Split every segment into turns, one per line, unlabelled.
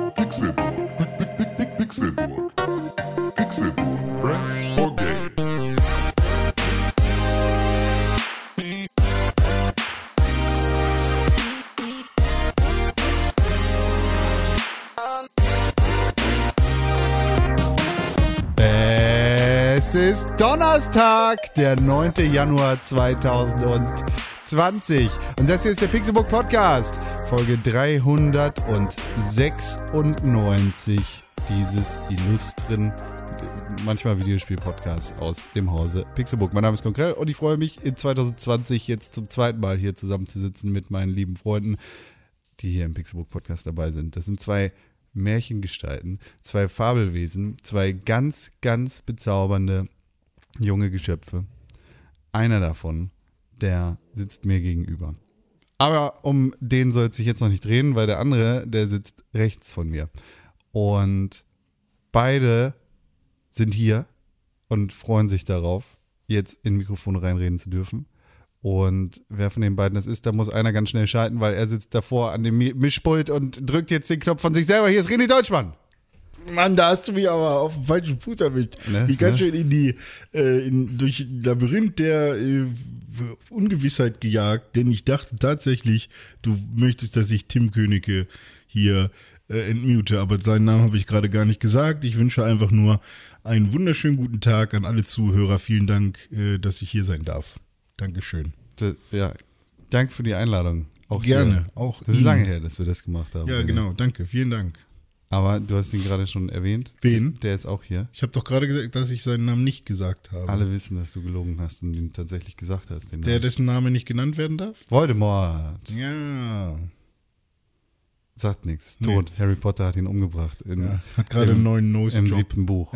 Pixelburg. Pi- pi- pi- pi- Pixelburg. Pixelburg. Press for Games.
Es ist Donnerstag, der 9. Januar 2020. Und das hier ist der Pixelbook Podcast, Folge 396 dieses illustren, manchmal Videospiel-Podcasts aus dem Hause Pixelbook. Mein Name ist Konkrell und ich freue mich, in 2020 jetzt zum zweiten Mal hier zusammenzusitzen mit meinen lieben Freunden die hier im Pixelbook Podcast dabei sind. Das sind zwei Märchengestalten, zwei Fabelwesen, zwei ganz, ganz bezaubernde junge Geschöpfe. Einer davon, der sitzt mir gegenüber. Aber um den soll es sich jetzt noch nicht drehen, weil der andere, der sitzt rechts von mir. Und beide sind hier und freuen sich darauf, jetzt in Mikrofone reinreden zu dürfen. Und wer von den beiden das ist, da muss einer ganz schnell schalten, weil er sitzt davor an dem Mi- Mischpult und drückt jetzt den Knopf von sich selber. Hier ist René Deutschmann.
Mann, da hast du mich aber auf dem falschen Fuß erwischt.
Ne?
Mich ganz
Ne?
schön in die, äh, in, durch ein Labyrinth der äh, Ungewissheit gejagt, denn ich dachte tatsächlich, du möchtest, dass ich Tim Königke hier äh, entmute, aber seinen Namen habe ich gerade gar nicht gesagt. Ich wünsche einfach nur einen wunderschönen guten Tag an alle Zuhörer. Vielen Dank, äh, dass ich hier sein darf. Dankeschön.
D- Ja, danke für die Einladung. Auch
Gerne,
dir.
auch
Das ist
Ihnen.
lange her, dass wir das gemacht haben.
Ja,
René.
genau. Danke, vielen Dank.
Aber du hast ihn gerade schon erwähnt.
Wen?
Der ist auch hier.
Ich habe doch gerade gesagt, dass ich seinen Namen nicht gesagt habe.
Alle wissen, dass du gelogen hast und ihn tatsächlich gesagt hast. Den
Der,
Namen.
dessen Name nicht genannt werden darf?
Voldemort
Ja.
sagt nichts. Tot. Harry Potter hat ihn umgebracht. In,
Ja, hat gerade einen neuen
Im
Nose-Job.
siebten Buch.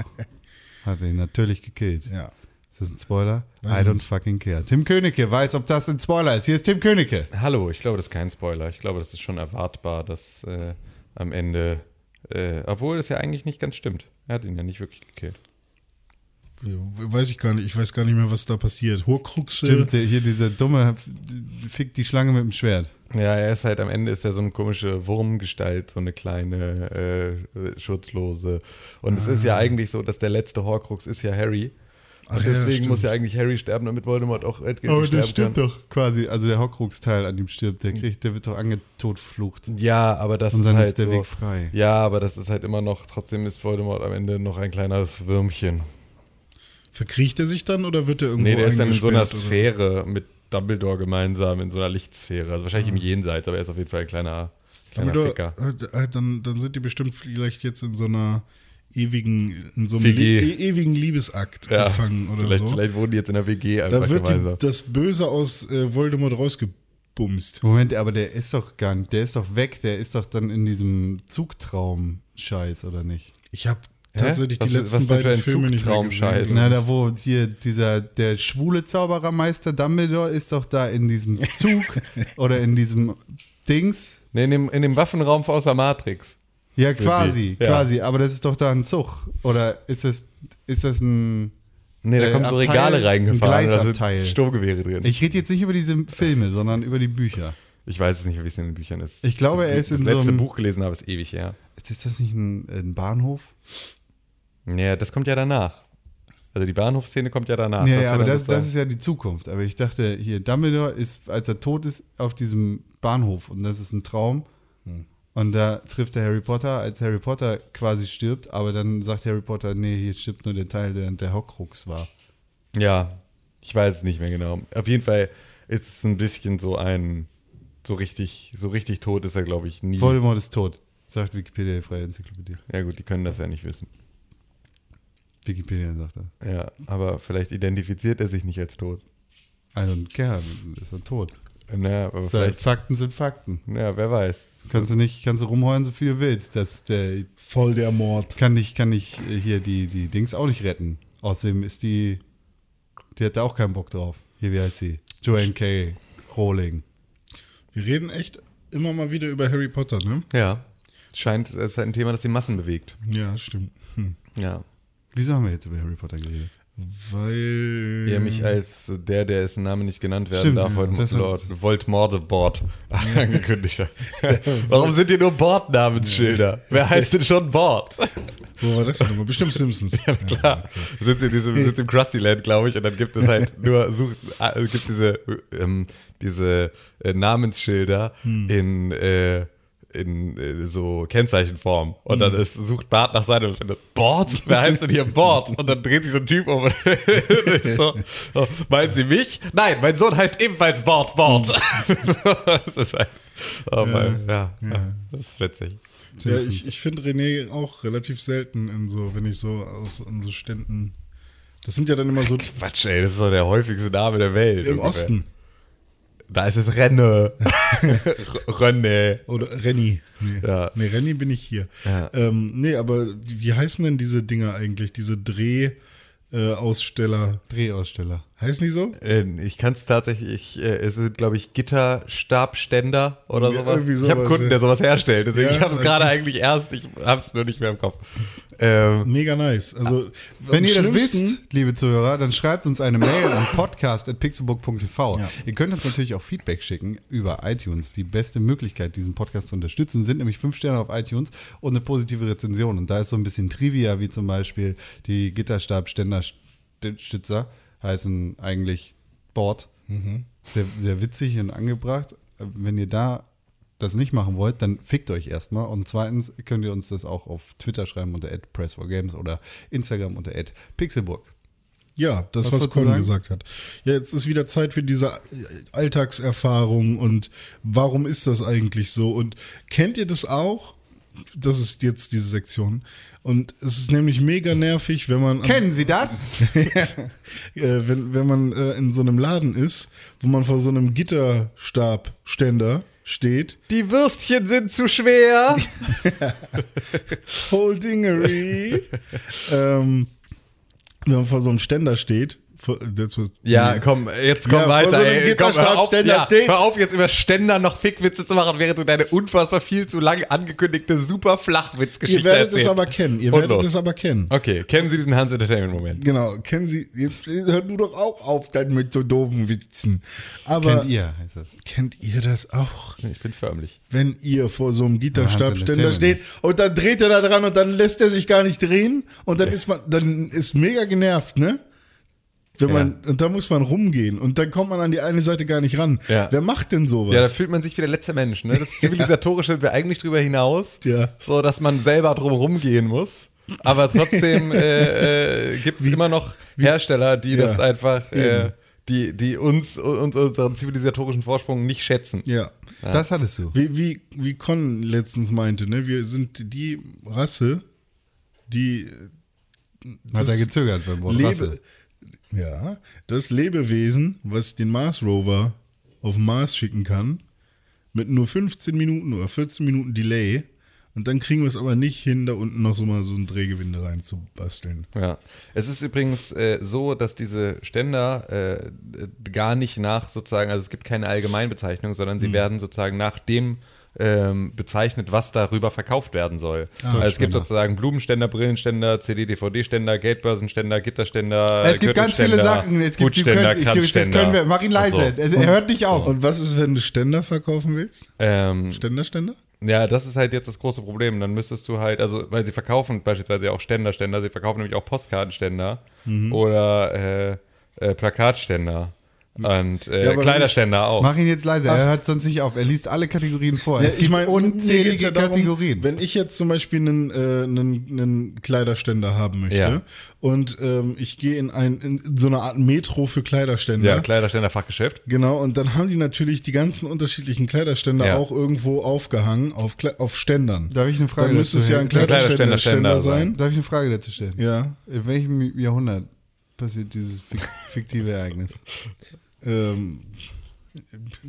Hat ihn natürlich gekillt.
Ja.
Ist das ein Spoiler?
Weiß
I don't fucking care. Tim Königke weiß, ob das ein Spoiler ist. Hier ist Tim Königke.
Hallo, ich glaube, das ist kein Spoiler. Ich glaube, das ist schon erwartbar, dass äh, am Ende, äh, obwohl es ja eigentlich nicht ganz stimmt. Er hat ihn ja nicht wirklich gekillt.
Weiß ich gar nicht. Ich weiß gar nicht mehr, was da passiert. Horcruxe.
Stimmt, der- hier dieser dumme fickt die Schlange mit dem Schwert.
Ja, er ist halt am Ende ist er so eine komische Wurmgestalt, so eine kleine äh, Schutzlose. Und es ist ja eigentlich so, dass der letzte Horcrux ist ja Harry.
Ach
Und
ja,
deswegen
stimmt.
muss Ah. ja eigentlich Harry sterben, damit Voldemort auch Edgar
Aber der
sterben
stimmt
kann.
doch quasi. Also der Horcrux-Teil an ihm stirbt. Der, kriegt, der wird doch angetotflucht.
Ja, aber das
Und
ist
dann
halt
ist der
so,
Weg frei.
Ja, aber das ist halt immer noch, trotzdem ist Voldemort am Ende noch ein kleines Würmchen.
Verkriecht er sich dann oder wird er irgendwo
Nee, der ist dann in so einer
eingesperrt oder-
Sphäre mit Dumbledore gemeinsam, in so einer Lichtsphäre. Also wahrscheinlich im
Ah.
Jenseits, aber er ist auf jeden Fall ein kleiner, kleiner
Dumbledore-
Ficker.
Halt, halt, dann, dann sind die bestimmt vielleicht jetzt in so einer ewigen, in so einem
WG.
Lie- e- ewigen Liebesakt
Ja,
gefangen oder
vielleicht,
so.
vielleicht wurden die jetzt in der WG einfach
da wird
gemeinsam.
die, das Böse aus äh, Voldemort rausgebumst.
Moment, aber der ist doch gar nicht. Der ist doch weg. Der ist doch dann in diesem Zugtraum-Scheiß, oder nicht?
Ich habe
Hä?
tatsächlich die
Was-
letzten
was denn für
beiden
ein
Filme nicht mehr
Zugtraum-Scheiß?
gesehen.
Na, da wo hier dieser, der schwule Zauberermeister Dumbledore ist doch da in diesem Zug oder in diesem Dings.
nee, in dem, in dem Waffenraum aus der Matrix.
Ja,
die.
quasi,
Ja.
quasi. Aber das ist doch da ein Zug. Oder ist das, ist das ein.
Nee, da
Äh,
kommen so
Abteil,
Regale
ein
reingefahren. Da sind
Gleisabteil.
Sturmgewehre drin. Ich,
Ich rede jetzt nicht über diese Filme, sondern über die Bücher.
weiß es nicht, wie es in den Büchern ist.
Ich glaube, er ist
das
in so
letzte
einem-
Buch gelesen habe, ist ewig her.
Ist das nicht ein, ein Bahnhof?
Ja, das kommt ja danach. Also die Bahnhofsszene kommt ja danach.
ja, ja,
ist
aber
dann
das, das ist
sozusagen-
ja die Zukunft. Aber ich dachte, hier, Dumbledore ist, als er tot ist, auf diesem Bahnhof und das ist ein Traum.
Hm.
Und da trifft er Harry Potter, als Harry Potter quasi stirbt, aber dann sagt Harry Potter, nee, hier stirbt nur der Teil, der der Horcrux war.
Ja, ich weiß es nicht mehr genau. Auf jeden Fall ist es ein bisschen so ein, so richtig, so richtig tot ist er, glaube ich, nie.
Voldemort ist tot, sagt Wikipedia, die freie Enzyklopädie.
Ja gut, die können das ja nicht wissen.
Wikipedia sagt er.
Ja, aber vielleicht identifiziert er sich nicht als tot.
I don't care, ist er tot.
Na, aber
Seit
vielleicht,
Fakten sind Fakten.
ja, wer weiß.
Kannst du nicht, kannst du rumheulen, so viel du willst. Das, der,
Voll der Mord.
kann ich, kann ich äh, hier die, die Dings auch nicht retten. Außerdem ist die, die hat da auch keinen Bock drauf. Hier, wie heißt sie? Joanne K. Rowling.
Wir reden echt immer mal wieder über Harry Potter, ne?
Ja, scheint, es ist halt ein Thema, das die Massen bewegt.
Ja, stimmt. Hm.
Ja.
Wieso haben wir jetzt über Harry Potter geredet?
Weil.
Ihr mich als der, der dessen Name nicht genannt werden
Stimmt,
darf, Volt,
deshalb-
Lord, Voltmordebord angekündigt hat. Warum sind hier nur Bord-Namensschilder? Wer heißt denn schon Bord?
Wo war das denn nochmal? Bestimmt Simpsons. ja,
Klar, sitzt in diesem, sitzt im Krusty-Land, glaube ich, und dann gibt es halt nur, sucht, äh, gibt's diese, ähm, diese äh, Namensschilder in, äh, in äh, so Kennzeichenform. Und dann ist, sucht Bart nach seinem und findet, Bord? Wer heißt denn hier Bord? Und dann dreht sich so ein Typ um und ist so, so, meinen Sie mich? Nein, mein Sohn heißt ebenfalls Bord, Bord. das ist halt, oh, mein, Hm. ja, ja, das ist witzig.
Ja, ich ich finde René auch relativ selten in so, wenn ich so aus an so Ständen. Das sind ja dann immer so
Quatsch, ey, das ist doch der häufigste Name der Welt.
im
ungefähr.
Osten.
Da ist es Renne. Renne.
Oder Renny. Nee,
Ja.
nee Renny bin ich hier.
Ja.
Ähm, nee, aber wie heißen denn diese Dinger eigentlich? Diese Drehaussteller? Äh, Aussteller?
Drehaussteller.
heißen die so?
Ähm, Ich kann es tatsächlich, ich, äh, es sind, glaube ich, Gitterstabständer oder
Ja,
sowas.
irgendwie
ich habe
sowas,
Kunden,
ja.
der sowas herstellt. Deswegen,
Ja,
ich habe es
okay.
gerade eigentlich erst, ich habe es nur nicht mehr im Kopf. Ähm,
Mega nice. Also,
Wenn
am
ihr das
schlimmsten-
wisst, liebe Zuhörer, dann schreibt uns eine Mail an podcast.pixelbook.tv.
Ja.
Ihr könnt uns natürlich auch Feedback schicken über iTunes. Die beste Möglichkeit, diesen Podcast zu unterstützen, sind nämlich fünf Sterne auf iTunes und eine positive Rezension. Und da ist so ein bisschen Trivia, wie zum Beispiel die Gitterstabständerstützer heißen eigentlich Board.
Mhm.
Sehr, sehr witzig und angebracht. Wenn ihr da das nicht machen wollt, dann fickt euch erstmal. Und zweitens könnt ihr uns das auch auf Twitter schreiben unter @press4games oder Instagram unter @pixelburg.
Ja,
Was
das, was,
wolltest du
Colin
sagen?
gesagt hat. Ja, jetzt ist wieder Zeit für diese äh, Alltagserfahrung und warum ist das eigentlich so? Und kennt ihr das auch? Das ist jetzt diese Sektion. Und es ist nämlich mega nervig, wenn man. an-
Kennen Sie das?
äh, wenn, wenn man äh, in so einem Laden ist, wo man vor so einem Gitterstabständer steht.
die Würstchen sind zu schwer.
Holdingery. ähm, wenn man vor so einem Ständer steht. Vor, that's what-
Ja,
nee.
komm, jetzt komm
Ja,
weiter,
bei so einem
ey. Komm, hör, auf,
Gitterstabständer,
ja,
Ding.
hör auf, jetzt über Ständer noch Fickwitze zu machen, während du deine unfassbar viel zu lang angekündigte super Flachwitzgeschichte
Ihr werdet
erzählst.
es aber kennen. Ihr
Und
werdet
los.
es aber kennen.
Okay, kennen Sie diesen Hans Entertainment-Moment?
Genau, kennen Sie, jetzt hör du doch auch auf dann mit so doofen Witzen. Aber
Kennt ihr, heißt das.
kennt ihr das auch?
Ich bin förmlich.
Wenn ihr vor so einem Gitterstabständer
Wahnsinn, der
steht und dann dreht er da dran und dann lässt er sich gar nicht drehen und dann ist man, dann ist mega genervt, ne? Wenn
Ja.
man, und da muss man rumgehen und dann kommt man an die eine Seite gar nicht ran.
Ja.
Wer macht denn sowas?
Ja, da fühlt man sich wie der letzte Mensch. Ne? Das Zivilisatorische sind wir eigentlich drüber hinaus,
Ja.
so dass man selber drum rumgehen muss. Aber trotzdem äh, äh, gibt es immer noch Hersteller, die das
Ja.
einfach, äh, die, die uns und unseren zivilisatorischen Vorsprung nicht schätzen.
ja.
Ah.
Das hattest du.
Wie, wie, wie Con letztens meinte, ne? Wir sind die Rasse, die
Hat
das
er gezögert beim Wort Rasse.
Lebe, ja, das Lebewesen, was den Mars Rover auf den Mars schicken kann, mit nur 15 Minuten oder 14 Minuten Delay. Und dann kriegen wir es aber nicht hin, da unten noch so mal so ein Drehgewinde reinzubasteln.
Ja. Es ist übrigens äh, so, dass diese Ständer äh, d- gar nicht nach sozusagen, also es gibt keine Allgemeinbezeichnung, sondern
Mhm.
sie werden sozusagen nach dem ähm, bezeichnet, was darüber verkauft werden soll.
Ah,
also es
genau.
gibt sozusagen Blumenständer, Brillenständer, CD-DVD-Ständer, Geldbörsenständer, Gitterständer,
Es gibt ganz viele
Gürtelständer,
Sachen. Es gibt,
Hutständer,
ich, das können wir. Mach ihn
und Also. so.
leise. Es- Also, Er hört nicht auf.
Und was ist, wenn du Ständer verkaufen willst?
Ähm,
Ständer, Ständer?
ja, das ist halt jetzt das große Problem. Dann müsstest du halt, also, weil sie verkaufen beispielsweise auch Ständerständer, sie verkaufen nämlich auch Postkartenständer
Mhm.
oder äh, äh, Plakatständer und äh,
Ja, aber
Kleiderständer auch.
Mach ihn jetzt leise. Er hört sonst nicht auf. Er liest alle Kategorien vor. Also es gibt
mir geht's
unzählige
ja darum,
Kategorien.
Wenn ich jetzt zum Beispiel einen, äh, einen, einen Kleiderständer haben möchte
Ja.
und ähm, ich gehe in, ein, in so eine Art Metro für Kleiderständer,
ja, Kleiderständer Fachgeschäft.
Genau, und dann haben die natürlich die ganzen unterschiedlichen Kleiderständer
Ja.
auch irgendwo aufgehangen, auf, Kle auf Ständern.
Darf ich eine Frage
Dann müsste es
dazu
ja
her-
ein Kleiderständer Ständer
Kleiderständer-Ständer
sein.
Darf ich eine Frage dazu stellen?
Ja.
In welchem Jahrhundert passiert dieses fik- fiktive Ereignis?
Ähm,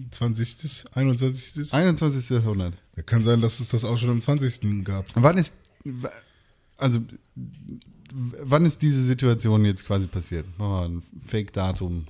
20. 21.
21. Jahrhundert.
Kann sein, dass es das auch schon im 20. gab.
Wann ist, w- also, w- wann ist diese Situation jetzt quasi passiert? Machen wir mal ein Fake-Datum.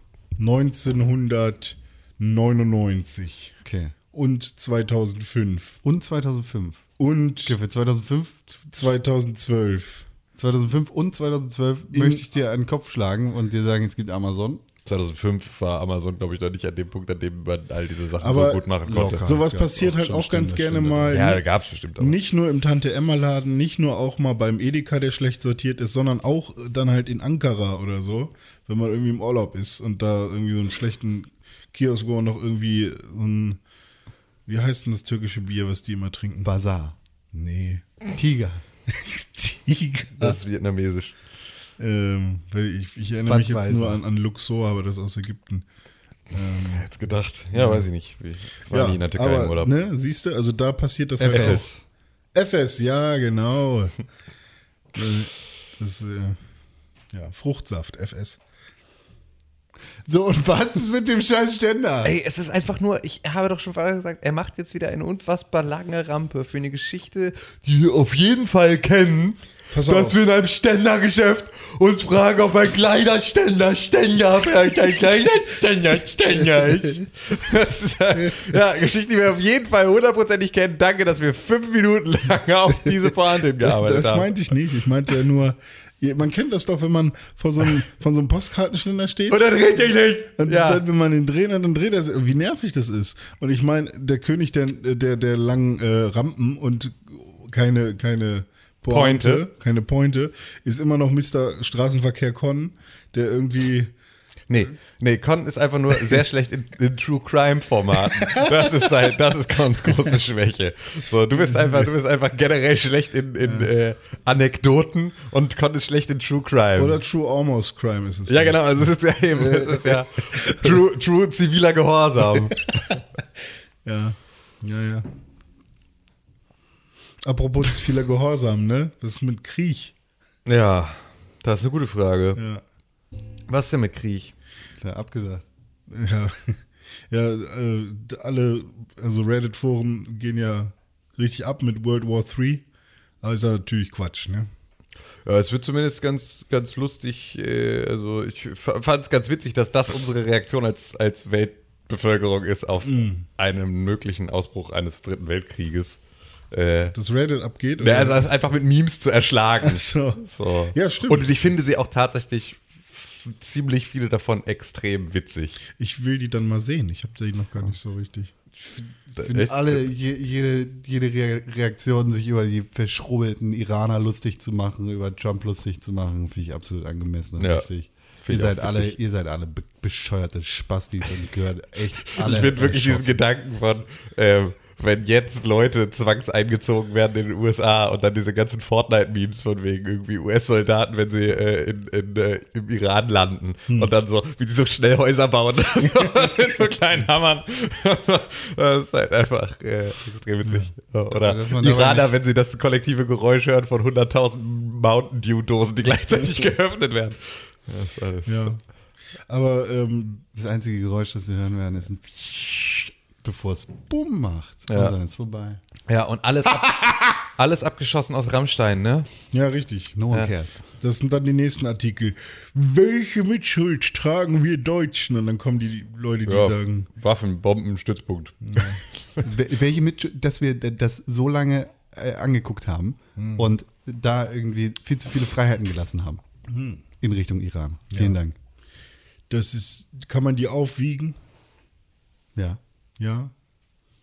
1999
Okay.
und 2005
Und 2005.
und
Okay, für 2005
2012
2005 und 2012 möchte ich dir einen Kopf schlagen und dir sagen, es gibt Amazon.
2005 war Amazon, glaube ich, noch nicht an dem Punkt, an dem man all diese Sachen
Aber
so gut machen konnte.
locker.
Sowas
Ja,
passiert
auch
halt
schon
auch
stimmt,
ganz
das
gerne
stimmt.
mal.
Ja,
Ni-
gab es bestimmt auch.
nicht nur im Tante-Emma-Laden, nicht nur auch mal beim Edeka, der schlecht sortiert ist, sondern auch dann halt in Ankara oder so, wenn man irgendwie im Urlaub ist und da irgendwie so einen schlechten Kiosk, wo man noch irgendwie so ein, wie heißt denn das türkische Bier, was die immer trinken?
Bazar.
Nee.
Tiger.
Tiger.
Das ist vietnamesisch.
Ähm, weil ich, ich erinnere mich jetzt
Budweiser.
nur an, an Luxor, aber das aus Ägypten.
Jetzt gedacht. Ja, weiß ich nicht. Ich war nie in der Türkei im Urlaub. Äh,
Ne, siehst du, also da passiert das halt auch.
FS.
FS, ja, genau. Äh, das, äh, ja, Fruchtsaft, FS.
So, und was ist mit dem scheiß Ständer?
Ey, es ist einfach nur, ich habe doch schon vorher gesagt, er macht jetzt wieder eine unfassbar lange Rampe für eine Geschichte, die wir auf jeden Fall kennen,
Pass
dass
auf.
wir in einem Ständergeschäft uns fragen, ob ein kleiner Ständer Ständer vielleicht ein kleiner Ständer Ständer ist. Das ist äh, ja, Geschichte, die wir auf jeden Fall hundertprozentig kennen. Danke, dass wir fünf Minuten lang auf diese Vorhanden gearbeitet
Das, das
haben.
meinte ich nicht. Ich meinte ja nur, ihr- man kennt das doch, wenn man vor so einem, von so einem Postkartenständer steht.
Und dann richtig
Und
nicht. Ja.
dann, wenn man den dreht, dann dreht er sich. Wie nervig das ist. Und ich meine, der König der, der, der langen äh, Rampen und keine, keine
Pointe.
keine Pointe, ist immer noch Mr. Straßenverkehr Con, der irgendwie.
Nee, nee, Con ist einfach nur sehr schlecht in, in True Crime Formaten. Das ist halt, das ist Cons große Schwäche. So, du bist einfach, du bist einfach generell schlecht in, in äh, Anekdoten und Con ist schlecht in True Crime.
Oder True Almost Crime ist es.
ja, genau, also es ist ja eben, es ist ja true, true ziviler Gehorsam.
Ja, ja, ja. Apropos vieler Gehorsam, ne? Was ist mit Krieg?
Ja, das ist eine gute Frage.
Ja.
Was ist denn mit Krieg?
Ja, abgesagt.
Ja, ja äh, alle, also Reddit-Foren gehen ja richtig ab mit World War III. Aber ist ja natürlich Quatsch, ne?
Ja, es wird zumindest ganz, ganz lustig. Äh, also ich fand es ganz witzig, dass das unsere Reaktion als, als Weltbevölkerung ist auf
Mm.
einen möglichen Ausbruch eines Dritten Weltkrieges. Äh,
Dass Reddit abgeht.
ja,
oder?
also es einfach mit Memes zu erschlagen.
Ach so.
So.
Ja, stimmt.
Und ich finde sie auch tatsächlich f- ziemlich viele davon extrem witzig.
ich will die dann mal sehen. Ich habe die noch gar nicht so richtig.
Wenn alle, je, jede, jede Re- Reaktion, sich über die verschrubbelten Iraner lustig zu machen, über Trump lustig zu machen, finde ich absolut angemessen und
Ja.
richtig.
Find
Ihr
ich auch
seid, alle,
witzig.
ihr seid alle be bescheuerte Spastis und gehört echt alle. äh,
ich finde wirklich diesen
erschossen.
Gedanken von, ähm, wenn jetzt Leute zwangseingezogen werden in den USA und dann diese ganzen Fortnite-Memes von wegen irgendwie US-Soldaten, wenn sie äh, in, in, äh, im Iran landen
Hm.
und dann so, wie die so schnell Häuser bauen mit so kleinen Hammern. das ist halt einfach äh, extrem witzig. Oder
Aber dass man dabei
Iraner, wenn sie das kollektive Geräusch hören von 100.000 Mountain Dew-Dosen, die gleichzeitig geöffnet werden. Das ist alles.
Ja. Aber ähm,
Das einzige Geräusch, das wir hören werden, ist ein bevor es Bumm macht.
Ja.
Und dann ist vorbei.
ja, und alles, ab, alles abgeschossen aus Rammstein, ne?
ja, richtig.
No one cares.
Das sind dann die nächsten Artikel. Welche Mitschuld tragen wir Deutschen? Und dann kommen die Leute, die
Ja,
sagen, Mhm.
Waffen, Bomben, Stützpunkt.
Wel- Welche mit, dass wir d- das so lange äh, angeguckt haben
Hm.
und da irgendwie viel zu viele Freiheiten gelassen haben.
Hm.
In Richtung Iran. Vielen Dank.
das ist, kann man die aufwiegen?
Ja.
Ja.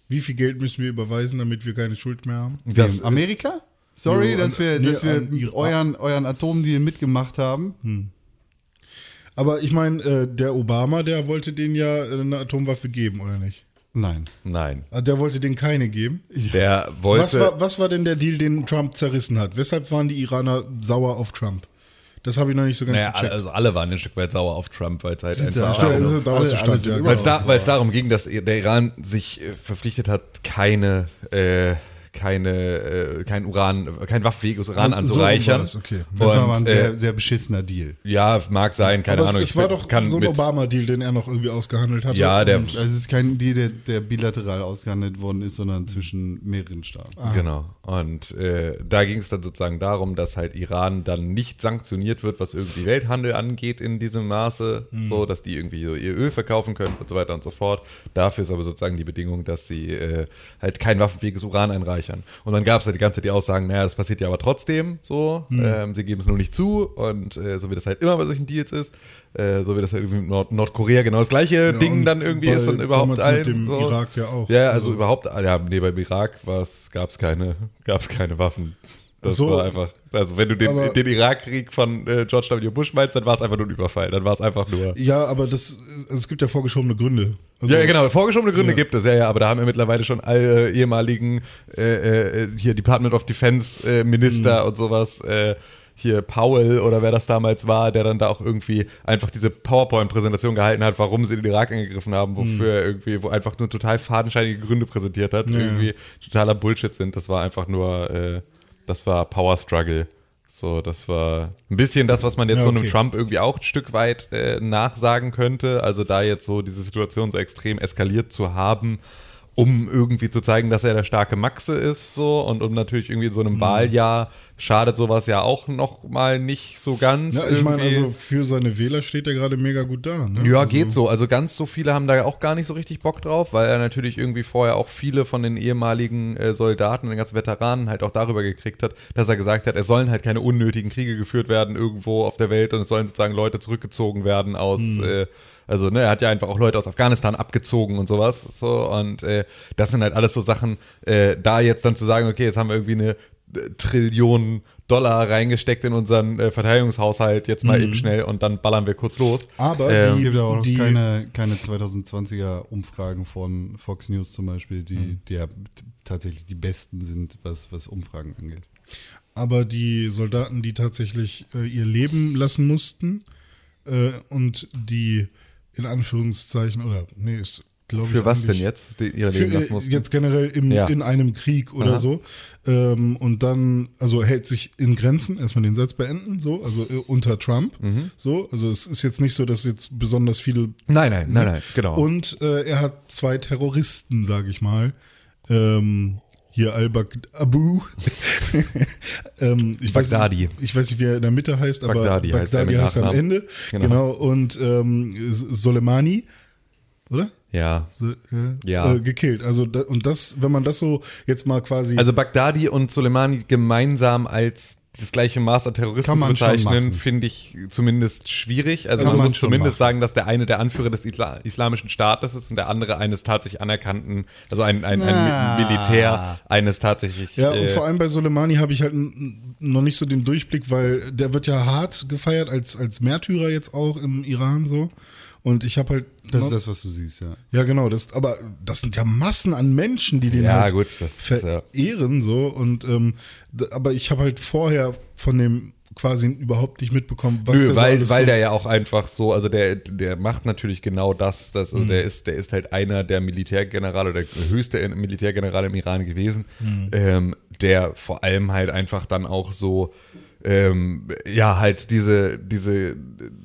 Wie viel Geld müssen wir überweisen, damit wir keine Schuld mehr haben?
Das
Wem?
ist-
Amerika? Sorry,
Nö, an-
dass wir,
nee,
dass wir
an Iran.
euren, euren Atomdeal mitgemacht haben.
Hm.
Aber ich meine, äh, der Obama, der wollte denen ja äh, eine Atomwaffe geben, oder nicht?
Nein.
Nein.
Ah, Der wollte denen keine geben.
Der
Was
wollte.
war, was war denn der Deal, den Trump zerrissen hat? Weshalb waren die Iraner sauer auf Trump? Das habe ich noch nicht so ganz
naja, alle-
gecheckt.
also alle waren ein Stück weit sauer auf Trump, weil es halt
da-
einfach.
Ach, das ist ein Dauerzustand,
Alle- alle sind
ja,
überall
Weil es da, weil's darum ging, dass der Iran sich äh, verpflichtet hat, keine. Äh, keine, äh, kein Uran, kein Waffenweg aus Uran
Also, so war
anzureichern.
das, okay.
Das war
Und,
aber ein
äh,
sehr, sehr beschissener Deal.
ja, mag sein, keine
Aber
Ahnung.
es,
ich
es war
bin-
doch so ein Obama-Deal, den er noch irgendwie ausgehandelt hatte.
Ja, der,
Also es ist kein Deal, der, der bilateral ausgehandelt worden ist, sondern zwischen mehreren Staaten.
Ah.
Genau. Und äh, da ging es dann sozusagen darum, dass halt Iran dann nicht sanktioniert wird, was irgendwie Welthandel angeht in diesem Maße,
Hm.
so dass die irgendwie so ihr Öl verkaufen können und so weiter und so fort. Dafür ist aber sozusagen die Bedingung, dass sie äh, halt kein waffenfähiges Uran abspeichern. Und dann gab es halt die ganze Zeit die Aussagen, naja, das passiert ja aber trotzdem so.
Hm.
Ähm, sie geben es nur nicht zu. Und äh, so wie das halt immer bei solchen Deals ist, äh, so wie das halt irgendwie mit Nord Nordkorea genau das gleiche Ding
und
dann irgendwie
bei
ist und überhaupt
damals
allen.
mit dem
so.
Irak ja auch.
Ja, also
Also-
überhaupt, ja, nee, beim Irak gab es keine, gab's keine Waffen. Das
Ach so.
war einfach, also wenn du
Aber-
den, den Irakkrieg von äh, George W. Bush meinst, dann war es einfach nur ein Überfall. Dann war es einfach nur.
Ja, aber das, es gibt ja vorgeschobene Gründe. Also,
Ja, genau, vorgeschobene Gründe
Ja.
gibt es, ja, ja, aber da haben ja mittlerweile schon alle ehemaligen äh, äh, hier Department of Defense äh, Minister
Mhm.
und sowas, äh, hier Powell oder wer das damals war, der dann da auch irgendwie einfach diese PowerPoint-Präsentation gehalten hat, warum sie den Irak angegriffen haben,
Mhm.
wofür irgendwie, wo einfach nur total fadenscheinige Gründe präsentiert hat, irgendwie totaler Bullshit sind. Das war einfach nur, äh, das war Power Struggle. So, das war ein bisschen das, was man jetzt
Ja,
so einem
okay.
Trump Trump irgendwie auch ein Stück weit äh, nachsagen könnte. Also da jetzt so diese Situation so extrem eskaliert zu haben, um irgendwie zu zeigen, dass er der starke Maxe ist, so und um natürlich irgendwie in so einem
Mhm.
Wahljahr schadet sowas ja auch noch mal nicht so ganz.
Ja, ich meine,
irgendwie.
also für seine Wähler steht er gerade mega gut da. Ne?
Ja,
also,
geht so. Also ganz so viele haben da auch gar nicht so richtig Bock drauf, weil er natürlich irgendwie vorher auch viele von den ehemaligen äh, Soldaten und den ganzen Veteranen halt auch darüber gekriegt hat, dass er gesagt hat, es sollen halt keine unnötigen Kriege geführt werden irgendwo auf der Welt und es sollen sozusagen Leute zurückgezogen werden aus,
Hm.
äh, also ne, er hat ja einfach auch Leute aus Afghanistan abgezogen und sowas. So, und äh, das sind halt alles so Sachen, äh, da jetzt dann zu sagen, okay, jetzt haben wir irgendwie eine äh, Trillion Dollar reingesteckt in unseren äh, Verteidigungshaushalt, jetzt mal eben schnell und dann ballern wir kurz los.
Mhm. Aber
Ähm,
Es
die,
gibt ja auch noch
die,
keine, keine 2020er Umfragen von Fox News zum Beispiel, die, die ja t- tatsächlich die besten sind, was, was Umfragen angeht.
aber die Soldaten, die tatsächlich äh, ihr Leben lassen mussten äh, und die in Anführungszeichen oder nee, ist glaube ich
Für was denn
eigentlich-
jetzt? Die ihre
Für,
Leben lassen
äh,
mussten?
jetzt generell im,
Ja.
in einem Krieg oder
Aha.
so. Ähm, und dann, also hält sich in Grenzen, erstmal den Satz beenden, so, also äh, unter Trump.
Mhm.
So, also es ist jetzt nicht so, dass jetzt besonders viele
nein, nein, nein, nein, genau.
Und äh, er hat zwei Terroristen, sage ich mal. Ähm, hier Al-Baghdadi. Abu. ähm, ich
Baghdadi.
Weiß nicht, ich weiß nicht, wie er in der Mitte heißt, aber
Baghdadi
Baghdadi,
heißt er mit
heißt, er am
Nachnamen.
Ende.
Genau.
Genau. Und ähm, Soleimani, oder?
ja.
So, äh,
Ja.
Äh, gekillt. Also da, und das, wenn man das so jetzt mal quasi.
Also Bagdadi und Soleimani gemeinsam als das gleiche Maß an Terroristen
Kann
zu
man schon
bezeichnen,
machen.
finde ich zumindest schwierig. Also
Kann
man
man
muss
schon
zumindest
machen.
sagen, dass der eine der Anführer des Isla islamischen Staates ist und der andere eines tatsächlich anerkannten, also ein, ein, ein
Na.
Mi- Militär eines tatsächlich.
ja,
äh,
und vor allem bei Soleimani habe ich halt n- n- noch nicht so den Durchblick, weil der wird ja hart gefeiert als, als Märtyrer jetzt auch im Iran so. Und ich habe halt.
Das
noch-
ist das, was du siehst, ja.
Ja, genau, das, aber das sind ja Massen an Menschen, die den
Ja,
halt
gut, das ist, ja.
verehren so und ähm, d- aber ich habe halt vorher von dem quasi überhaupt nicht mitbekommen, was
Nö,
der so
weil,
alles
weil
so,
der ja auch einfach so, also der, der macht natürlich genau das, das also der ist, der ist halt einer der Militärgenerale oder der höchste Militärgeneral im Iran gewesen, ähm, der vor allem halt einfach dann auch so ähm, ja, halt diese, diese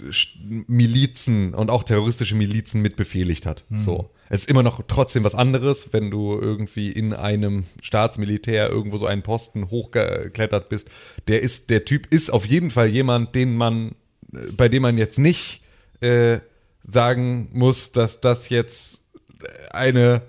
Sch- Milizen und auch terroristische Milizen mitbefehligt hat. So. Es ist immer noch trotzdem was anderes, wenn du irgendwie in einem Staatsmilitär irgendwo so einen Posten hochgeklettert bist. Der ist, der Typ ist auf jeden Fall jemand, den man, äh, bei dem man jetzt nicht äh, sagen muss, dass das jetzt eine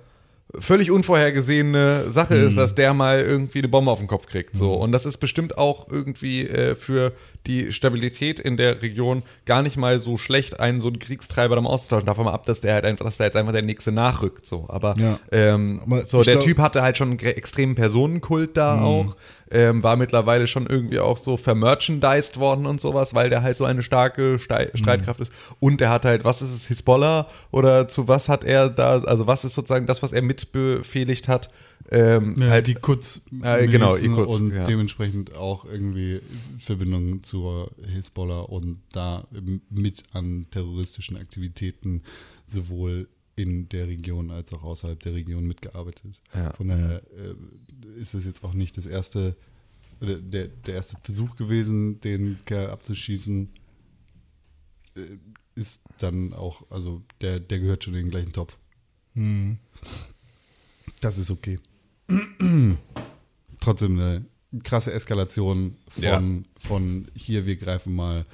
völlig unvorhergesehene Sache
Hm.
ist, dass der mal irgendwie eine Bombe auf den Kopf kriegt. So. Und das ist bestimmt auch irgendwie äh, für die Stabilität in der Region gar nicht mal so schlecht, einen so einen Kriegstreiber dann auszutauschen. Davon mal ab, dass der halt einfach, dass da jetzt einfach der nächste nachrückt. So. Aber,
Ja.
ähm,
Aber
so,
ich
der
glaub-
Typ hatte halt schon einen gre- extremen Personenkult da
Mhm.
auch, ähm, war mittlerweile schon irgendwie auch so vermerchandised worden und sowas, weil der halt so eine starke Stei
Mhm.
Streitkraft ist. Und er hat halt, was ist es, Hisbollah oder zu was hat er da, also was ist sozusagen das, was er mitbefehligt hat? Ähm,
Ja,
halt
die kurz
Äh, genau,
Milizen
die Kurz,
und
ja.
dementsprechend auch irgendwie Verbindungen zur Hisbollah und da m- mit an terroristischen Aktivitäten sowohl in der Region als auch außerhalb der Region mitgearbeitet.
Ja.
Von daher äh, ist es jetzt auch nicht das erste oder der, der erste Versuch gewesen, den Kerl abzuschießen. Äh, Ist dann auch, also der, der gehört schon in den gleichen Topf.
Hm.
Das ist okay trotzdem eine krasse Eskalation von,
Ja.
von hier, wir greifen mal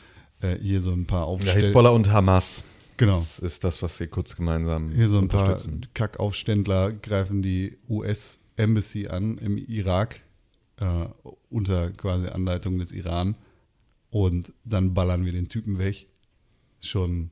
äh, hier so ein paar
ja,
Aufstände.
Hisbollah und Hamas.
genau.
Das ist das, was sie kurz gemeinsam
Hier so ein paar
unterstützen.
Kackaufständler greifen die US- Embassy an im Irak, äh, unter quasi Anleitung des Iran. Und dann ballern wir den Typen weg. Schon,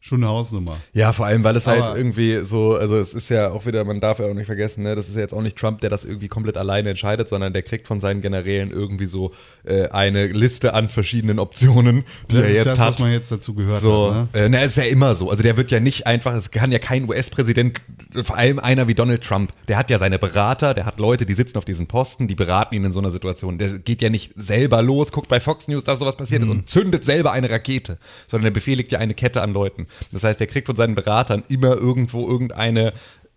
schon eine Hausnummer.
Ja, vor allem, weil es
Aber-
halt irgendwie so, also es ist ja auch wieder, man darf ja auch nicht vergessen, ne, das ist ja jetzt auch nicht Trump, der das irgendwie komplett alleine entscheidet, sondern der kriegt von seinen Generälen irgendwie so äh, eine Liste an verschiedenen Optionen, die
Das
er
ist
jetzt
das,
hat.
was man jetzt dazu gehört
so,
hat. Ne?
äh, na, ist ja immer so. Also der wird ja nicht einfach, es kann ja kein US-Präsident, vor allem einer wie Donald Trump, der hat ja seine Berater, der hat Leute, die sitzen auf diesen Posten, die beraten ihn in so einer Situation. Der geht ja nicht selber los, guckt bei Fox News, dass sowas passiert
Mhm.
ist und zündet selber eine Rakete, sondern der befehligt ja eine Kette an Leuten. Das heißt, der kriegt von seinen Beratern immer irgendwo irgendeine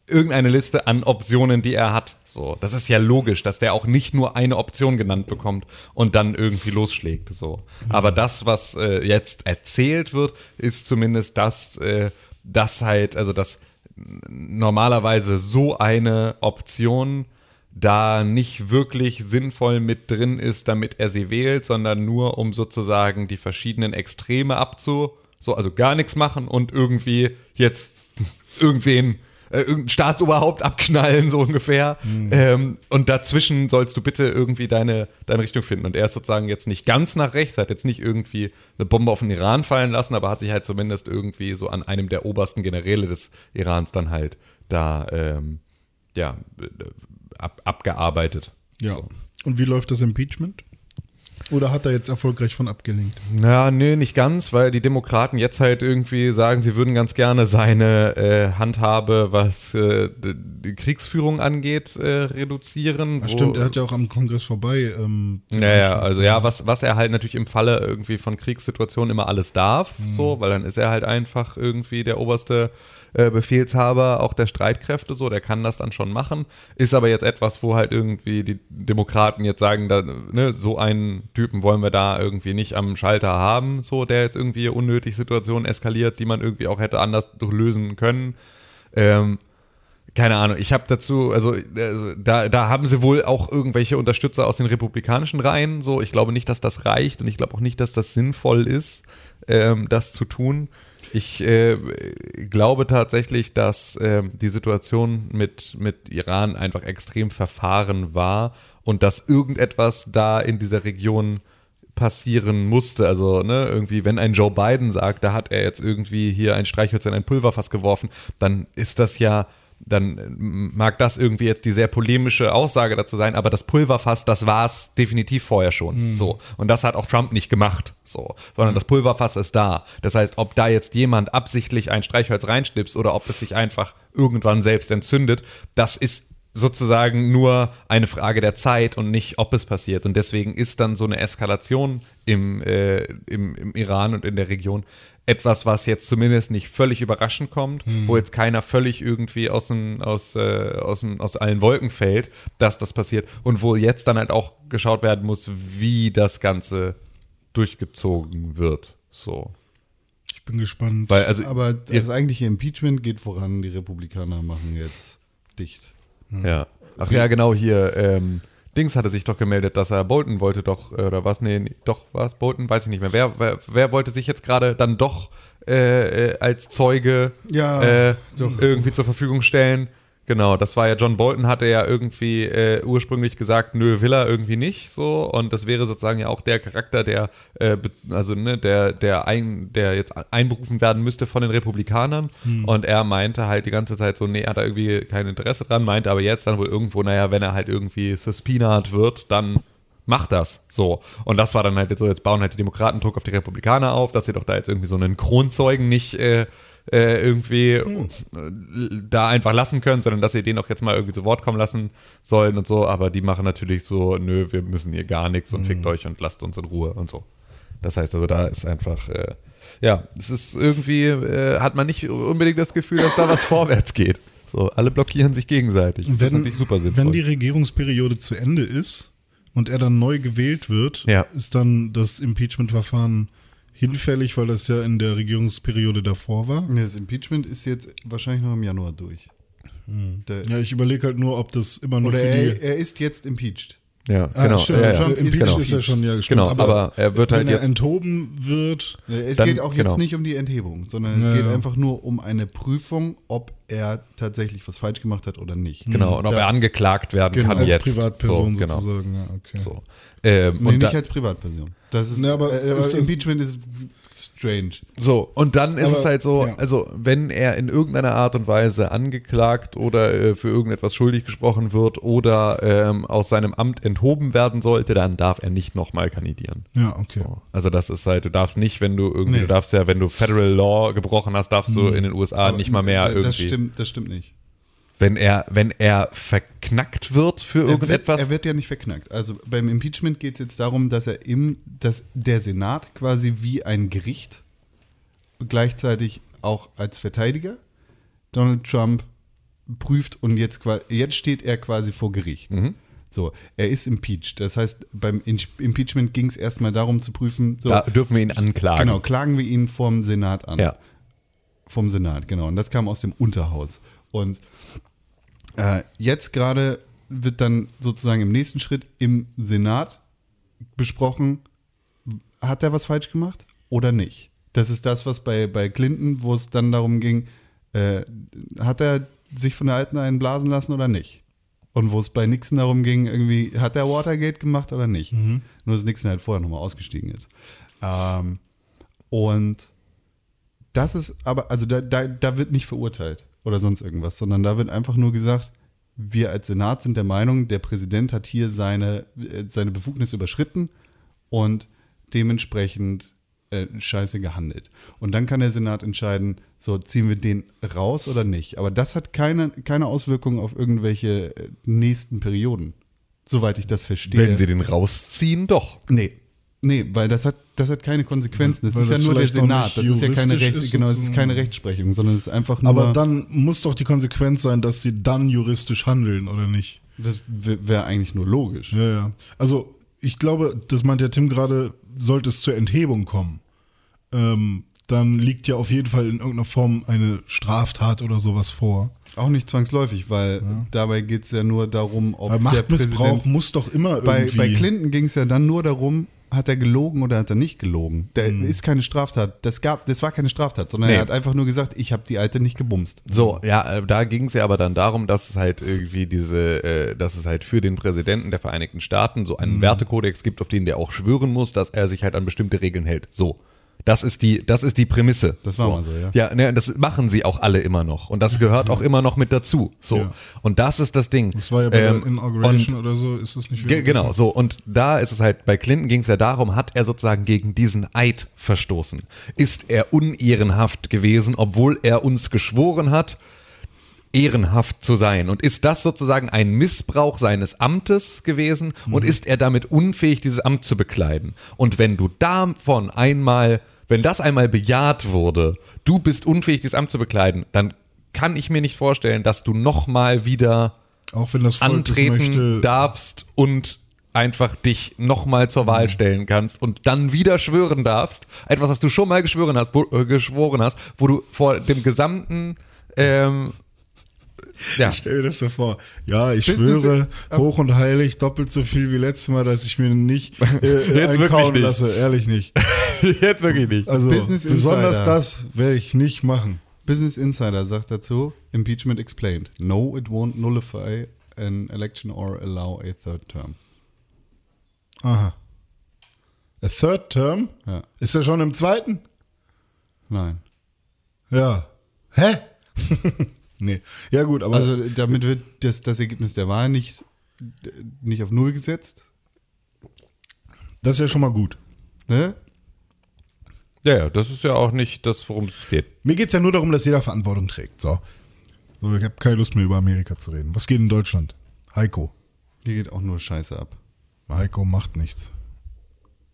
irgendeine Liste an Optionen, die er hat. So, das ist ja logisch, dass der auch nicht nur eine Option genannt bekommt und dann irgendwie losschlägt. So, aber das, was äh, jetzt erzählt wird, ist zumindest das, äh, das halt, also dass normalerweise so eine Option da nicht wirklich sinnvoll mit drin ist, damit er sie wählt, sondern nur um sozusagen die verschiedenen Extreme abzu, so also gar nichts machen und irgendwie jetzt irgendwen äh, irgendein Staatsoberhaupt abknallen, so ungefähr. Ähm, und dazwischen sollst du bitte irgendwie deine, deine Richtung finden. Und er ist sozusagen jetzt nicht ganz nach rechts, hat jetzt nicht irgendwie eine Bombe auf den Iran fallen lassen, aber hat sich halt zumindest irgendwie so an einem der obersten Generäle des Irans dann halt da ähm, ja, äh, ab, abgearbeitet.
Ja.
So.
Und wie läuft das Impeachment? Oder hat er jetzt erfolgreich von abgelenkt?
Na, nö, nicht ganz, weil die Demokraten jetzt halt irgendwie sagen, sie würden ganz gerne seine äh, Handhabe, was äh, d- die Kriegsführung angeht, äh, reduzieren.
Ah,
wo-
stimmt, er hat ja auch am Kongress vorbei. Ähm,
Naja, also ja, was, was er halt natürlich im Falle irgendwie von Kriegssituationen immer alles darf, so, weil dann ist er halt einfach irgendwie der oberste äh, Befehlshaber auch der Streitkräfte, so, der kann das dann schon machen. Ist aber jetzt etwas, wo halt irgendwie die Demokraten jetzt sagen, da, ne, so einen Typen wollen wir da irgendwie nicht am Schalter haben, so, der jetzt irgendwie unnötig Situationen eskaliert, die man irgendwie auch hätte anders lösen können. Ähm, keine Ahnung, ich habe dazu, also äh, da, da haben sie wohl auch irgendwelche Unterstützer aus den republikanischen Reihen. So, ich glaube nicht, dass das reicht und ich glaube auch nicht, dass das sinnvoll ist, ähm, das zu tun. Ich äh, glaube tatsächlich, dass ähm, die Situation mit, mit Iran einfach extrem verfahren war und dass irgendetwas da in dieser Region passieren musste. Also, ne, irgendwie, wenn ein Joe Biden sagt, da hat er jetzt irgendwie hier ein Streichholz in ein Pulverfass geworfen, dann ist das ja, dann ähm, mag das irgendwie jetzt die sehr polemische Aussage dazu sein, aber das Pulverfass, das war es definitiv vorher schon. So. Und das hat auch Trump nicht gemacht. So. Sondern das Pulverfass ist da. Das heißt, ob da jetzt jemand absichtlich ein Streichholz reinschnipst oder ob es sich einfach irgendwann selbst entzündet, das ist sozusagen nur eine Frage der Zeit und nicht, ob es passiert. Und deswegen ist dann so eine Eskalation im, äh, im, im Iran und in der Region etwas, was jetzt zumindest nicht völlig überraschend kommt, wo jetzt keiner völlig irgendwie aus, den, aus, äh, aus, dem, aus allen Wolken fällt, dass das passiert. Und wo jetzt dann halt auch geschaut werden muss, wie das Ganze durchgezogen wird. So.
ich bin gespannt.
Weil, also,
Aber das eigentliche Impeachment geht voran. Die Republikaner machen jetzt dicht.
Ja. Hm. Ach ja, genau hier. Ähm, Dings hatte sich doch gemeldet, dass er Bolton wollte doch, äh, oder was? Nee, nee, doch, was? Bolton, weiß ich nicht mehr. Wer, wer, wer wollte sich jetzt gerade dann doch äh, äh, als Zeuge
Ja,
äh, irgendwie zur Verfügung stellen? Genau, das war ja John Bolton, hatte ja irgendwie äh, ursprünglich gesagt, nö, will er irgendwie nicht so. Und das wäre sozusagen ja auch der Charakter, der, äh, be- also ne, der, der, ein, der jetzt einberufen werden müsste von den Republikanern. Und er meinte halt die ganze Zeit so, nee, hat er irgendwie kein Interesse dran, meinte aber jetzt dann wohl irgendwo, naja, wenn er halt irgendwie suspinat wird, dann macht das so. Und das war dann halt jetzt so, jetzt bauen halt die Demokraten Druck auf die Republikaner auf, dass sie doch da jetzt irgendwie so einen Kronzeugen nicht äh, äh, irgendwie
Hm.
äh, da einfach lassen können, sondern dass sie den auch jetzt mal irgendwie zu Wort kommen lassen sollen und so. Aber die machen natürlich so, nö, wir müssen hier gar nichts und
Hm.
fickt euch und lasst uns in Ruhe und so. Das heißt also, da ist einfach, äh, ja, es ist irgendwie, äh, hat man nicht unbedingt das Gefühl, dass da was vorwärts geht. So, alle blockieren sich gegenseitig. Das ist natürlich super sinnvoll.
Wenn die Regierungsperiode zu Ende ist und er dann neu gewählt wird,
Ja.
ist dann das Impeachment-Verfahren hinfällig, weil das ja in der Regierungsperiode davor war.
Das Impeachment ist jetzt wahrscheinlich noch im Januar durch. Der,
Ja, ich überlege halt nur, ob das immer nur
oder
für die.
er, er ist jetzt impeached.
Ja,
Ah,
genau.
stimmt,
ja, ja,
Trump impeached
genau.
ist ja schon, ja,
Genau, aber er wird halt
wenn
jetzt-
er enthoben wird,
Es
Dann-
geht auch jetzt
genau.
nicht um die Enthebung, sondern es
Ja,
geht
ja.
einfach nur um eine Prüfung, ob er tatsächlich was falsch gemacht hat oder nicht.
Genau, und ob
Da-
er angeklagt werden
Hm. Genau,
kann
als
jetzt.
Privatperson
so, genau.
sozusagen. Ja, okay.
So. Ähm,
Nee,
und
nicht
da,
als Privatperson. Das ist,
Nee, aber
äh, aber
ist das-
Impeachment ist strange.
so, und dann ist
Aber,
es halt so,
ja.
also wenn er in irgendeiner Art und Weise angeklagt oder äh, für irgendetwas schuldig gesprochen wird oder ähm, aus seinem Amt enthoben werden sollte, dann darf er nicht nochmal kandidieren.
Ja, okay.
So. Also das ist halt, du darfst nicht, wenn du irgendwie,
Nee. Mhm.
du darfst ja, wenn du Federal Law gebrochen hast, darfst du in den USA
Aber
nicht mal mehr
das,
irgendwie.
Das stimmt, das stimmt nicht.
Wenn er, wenn er verknackt wird für irgendetwas.
Er wird, er wird ja nicht verknackt. Also beim Impeachment geht es jetzt darum, dass er im, dass der Senat quasi wie ein Gericht gleichzeitig auch als Verteidiger Donald Trump prüft und jetzt qua- jetzt steht er quasi vor Gericht.
Mhm.
So, er ist impeached. Das heißt, beim In- Impeachment ging es erstmal darum zu prüfen, so,
da dürfen wir ihn anklagen.
genau, klagen wir ihn vorm Senat an
Ja.
vom Senat, genau. Und das kam aus dem Unterhaus. Und äh, jetzt gerade wird dann sozusagen im nächsten Schritt im Senat besprochen, hat er was falsch gemacht oder nicht? Das ist das, was bei, bei Clinton, wo es dann darum ging, äh, hat er sich von der Alten einen blasen lassen oder nicht? Und wo es bei Nixon darum ging, irgendwie, hat er Watergate gemacht oder nicht? Nur, dass Nixon halt vorher nochmal ausgestiegen ist. Ähm, und das ist aber, also da, da, da wird nicht verurteilt oder sonst irgendwas, sondern da wird einfach nur gesagt, wir als Senat sind der Meinung, der Präsident hat hier seine, äh, seine Befugnis überschritten und dementsprechend äh, scheiße gehandelt. Und dann kann der Senat entscheiden, so ziehen wir den raus oder nicht. Aber das hat keine, keine Auswirkungen auf irgendwelche äh, nächsten Perioden, soweit ich das verstehe.
Wenn sie den rausziehen, doch.
Nee. Nee, weil das hat, das hat keine Konsequenzen. Das
Weil
ist ja
das
nur der
vielleicht auch
Senat. Das
nicht
ist ja keine,
juristisch
Recht,
ist
genau, das ist
sozusagen.
keine Rechtsprechung, sondern es ist einfach nur.
Mhm.
Aber dann muss doch die Konsequenz sein, dass sie dann juristisch handeln, oder nicht?
das wäre eigentlich nur logisch.
Ja, ja. Also, ich glaube, das meint der Tim gerade, sollte es zur Enthebung kommen, ähm, dann liegt ja auf jeden Fall in irgendeiner Form eine Straftat oder sowas vor.
Auch nicht zwangsläufig, weil dabei geht es ja nur darum, ob
Weil
der
Machtmissbrauch
Präsident.
muss doch immer
Bei,
irgendwie.
bei Clinton ging es ja dann nur darum, hat er gelogen oder hat er nicht gelogen. Da
Hm.
ist keine Straftat. Das, gab, das war keine Straftat, sondern
Nee.
er hat einfach nur gesagt, ich habe die Alte nicht gebumst.
So,
Mhm.
ja, äh, da ging es ja aber dann darum, dass es halt irgendwie diese, äh, dass es halt für den Präsidenten der Vereinigten Staaten so
Mhm.
einen Wertekodex gibt, auf den der auch schwören muss, dass er sich halt an bestimmte Regeln hält. So. Das ist die, das ist die Prämisse.
Das
so.
war mal so, ja.
Ja, ne, das machen sie auch alle immer noch. Und das gehört auch immer noch mit dazu. So.
Ja.
Und das ist das Ding.
das war ja bei
Ähm,
der Inauguration
und-
oder so, ist das nicht
Ge genau, so. Und da ist es halt, bei Clinton ging es ja darum, hat er sozusagen gegen diesen Eid verstoßen? Ist er unehrenhaft gewesen, obwohl er uns geschworen hat, ehrenhaft zu sein? Und ist das sozusagen ein Missbrauch seines Amtes gewesen? Und ist er damit unfähig, dieses Amt zu bekleiden? Und wenn du davon einmal, wenn das einmal bejaht wurde, du bist unfähig, dieses Amt zu bekleiden, dann kann ich mir nicht vorstellen, dass du nochmal wieder
Auch wenn das Volk
antreten
das möchte.
darfst und einfach dich nochmal zur
Mhm.
Wahl stellen kannst und dann wieder schwören darfst. Etwas, was du schon mal geschwören hast, wo, äh, geschworen hast, wo du vor dem gesamten ähm, ja,
Ich stell mir das so vor. Ja, ich
Bist du
schwöre,
si-
hoch und heilig, doppelt so viel wie letztes Mal, dass ich mir nicht äh,
Jetzt
Jetzt
wirklich
einkauen
nicht.
lasse. Ehrlich nicht.
jetzt wirklich nicht.
Also
Business
besonders
Insider.
das werde ich nicht machen.
Business Insider sagt dazu, Impeachment explained. No, it won't nullify an election or allow a third term.
Aha. A third term?
Ja.
Ist er schon im zweiten?
Nein.
Ja. Hä? nee. Ja gut, aber
Also damit wird das, das Ergebnis der Wahl nicht, nicht auf Null gesetzt.
das ist ja schon mal gut.
Ne?
Ja, ja, das ist ja auch nicht das, worum es geht.
Mir geht es ja nur darum, dass jeder Verantwortung trägt. So. So, ich habe keine Lust mehr über Amerika zu reden. Was geht in Deutschland? Heiko.
Hier geht auch nur Scheiße ab.
Heiko macht nichts.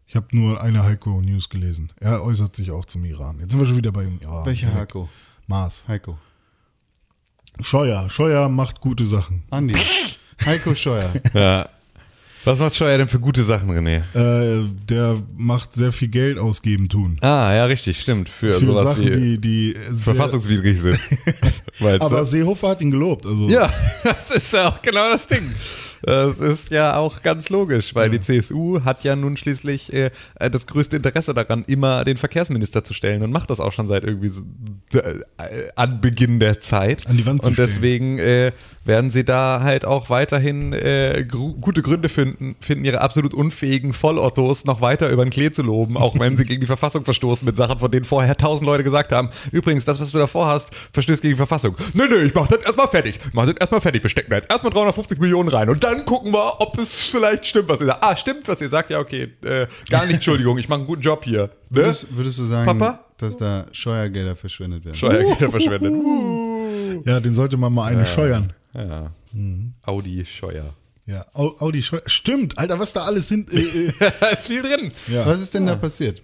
Ich habe nur eine Heiko-News gelesen. Er äußert sich auch zum Iran. Jetzt sind wir schon wieder bei dem Iran.
Welcher
Direkt.
Heiko?
Mars.
Heiko.
Scheuer. Scheuer macht gute Sachen.
Andi. Heiko Scheuer.
Ne?
Ja. Was macht Scheuer denn für gute Sachen, René?
Äh, der macht sehr viel Geld ausgeben tun.
Ah, ja, richtig, stimmt. Für,
Für
sowas
Sachen,
wie ne?
die, die sehr-
verfassungswidrig sind. Weißt du?
Aber Seehofer hat ihn gelobt. Also
Ja, das ist ja auch genau das Ding. Das ist ja auch ganz logisch, weil die CSU hat ja nun schließlich äh, das größte Interesse daran, immer den Verkehrsminister zu stellen und macht das auch schon seit irgendwie so, äh, an Beginn der Zeit.
An die Wand zu
Und
stellen.
deswegen äh, werden sie da halt auch weiterhin äh, gru- gute Gründe finden, finden ihre absolut unfähigen Vollottos noch weiter über den Klee zu loben, auch wenn sie gegen die Verfassung verstoßen mit Sachen, von denen vorher tausend Leute gesagt haben, übrigens, das, was du da vorhast, verstößt gegen die Verfassung. Nö, nö, ich mach das erstmal fertig. Mach das erstmal fertig. Wir stecken da jetzt erstmal 350 Millionen rein und dann gucken wir, ob es vielleicht stimmt, was ihr sagt. Ah, stimmt, was ihr sagt? Ja, okay. Äh, gar nicht, Entschuldigung, ich mache einen guten Job hier. Ne?
Würdest, würdest du sagen,
Papa?
dass da Steuergelder verschwendet werden?
Steuergelder verschwendet.
Ja, den sollte man mal eine scheuern.
Ja. Mhm. Audi Scheuer.
Ja, Au- Audi scheuern. Stimmt, Alter, was da alles sind. Äh, äh,
da ist viel drin.
ja.
Was ist denn da passiert?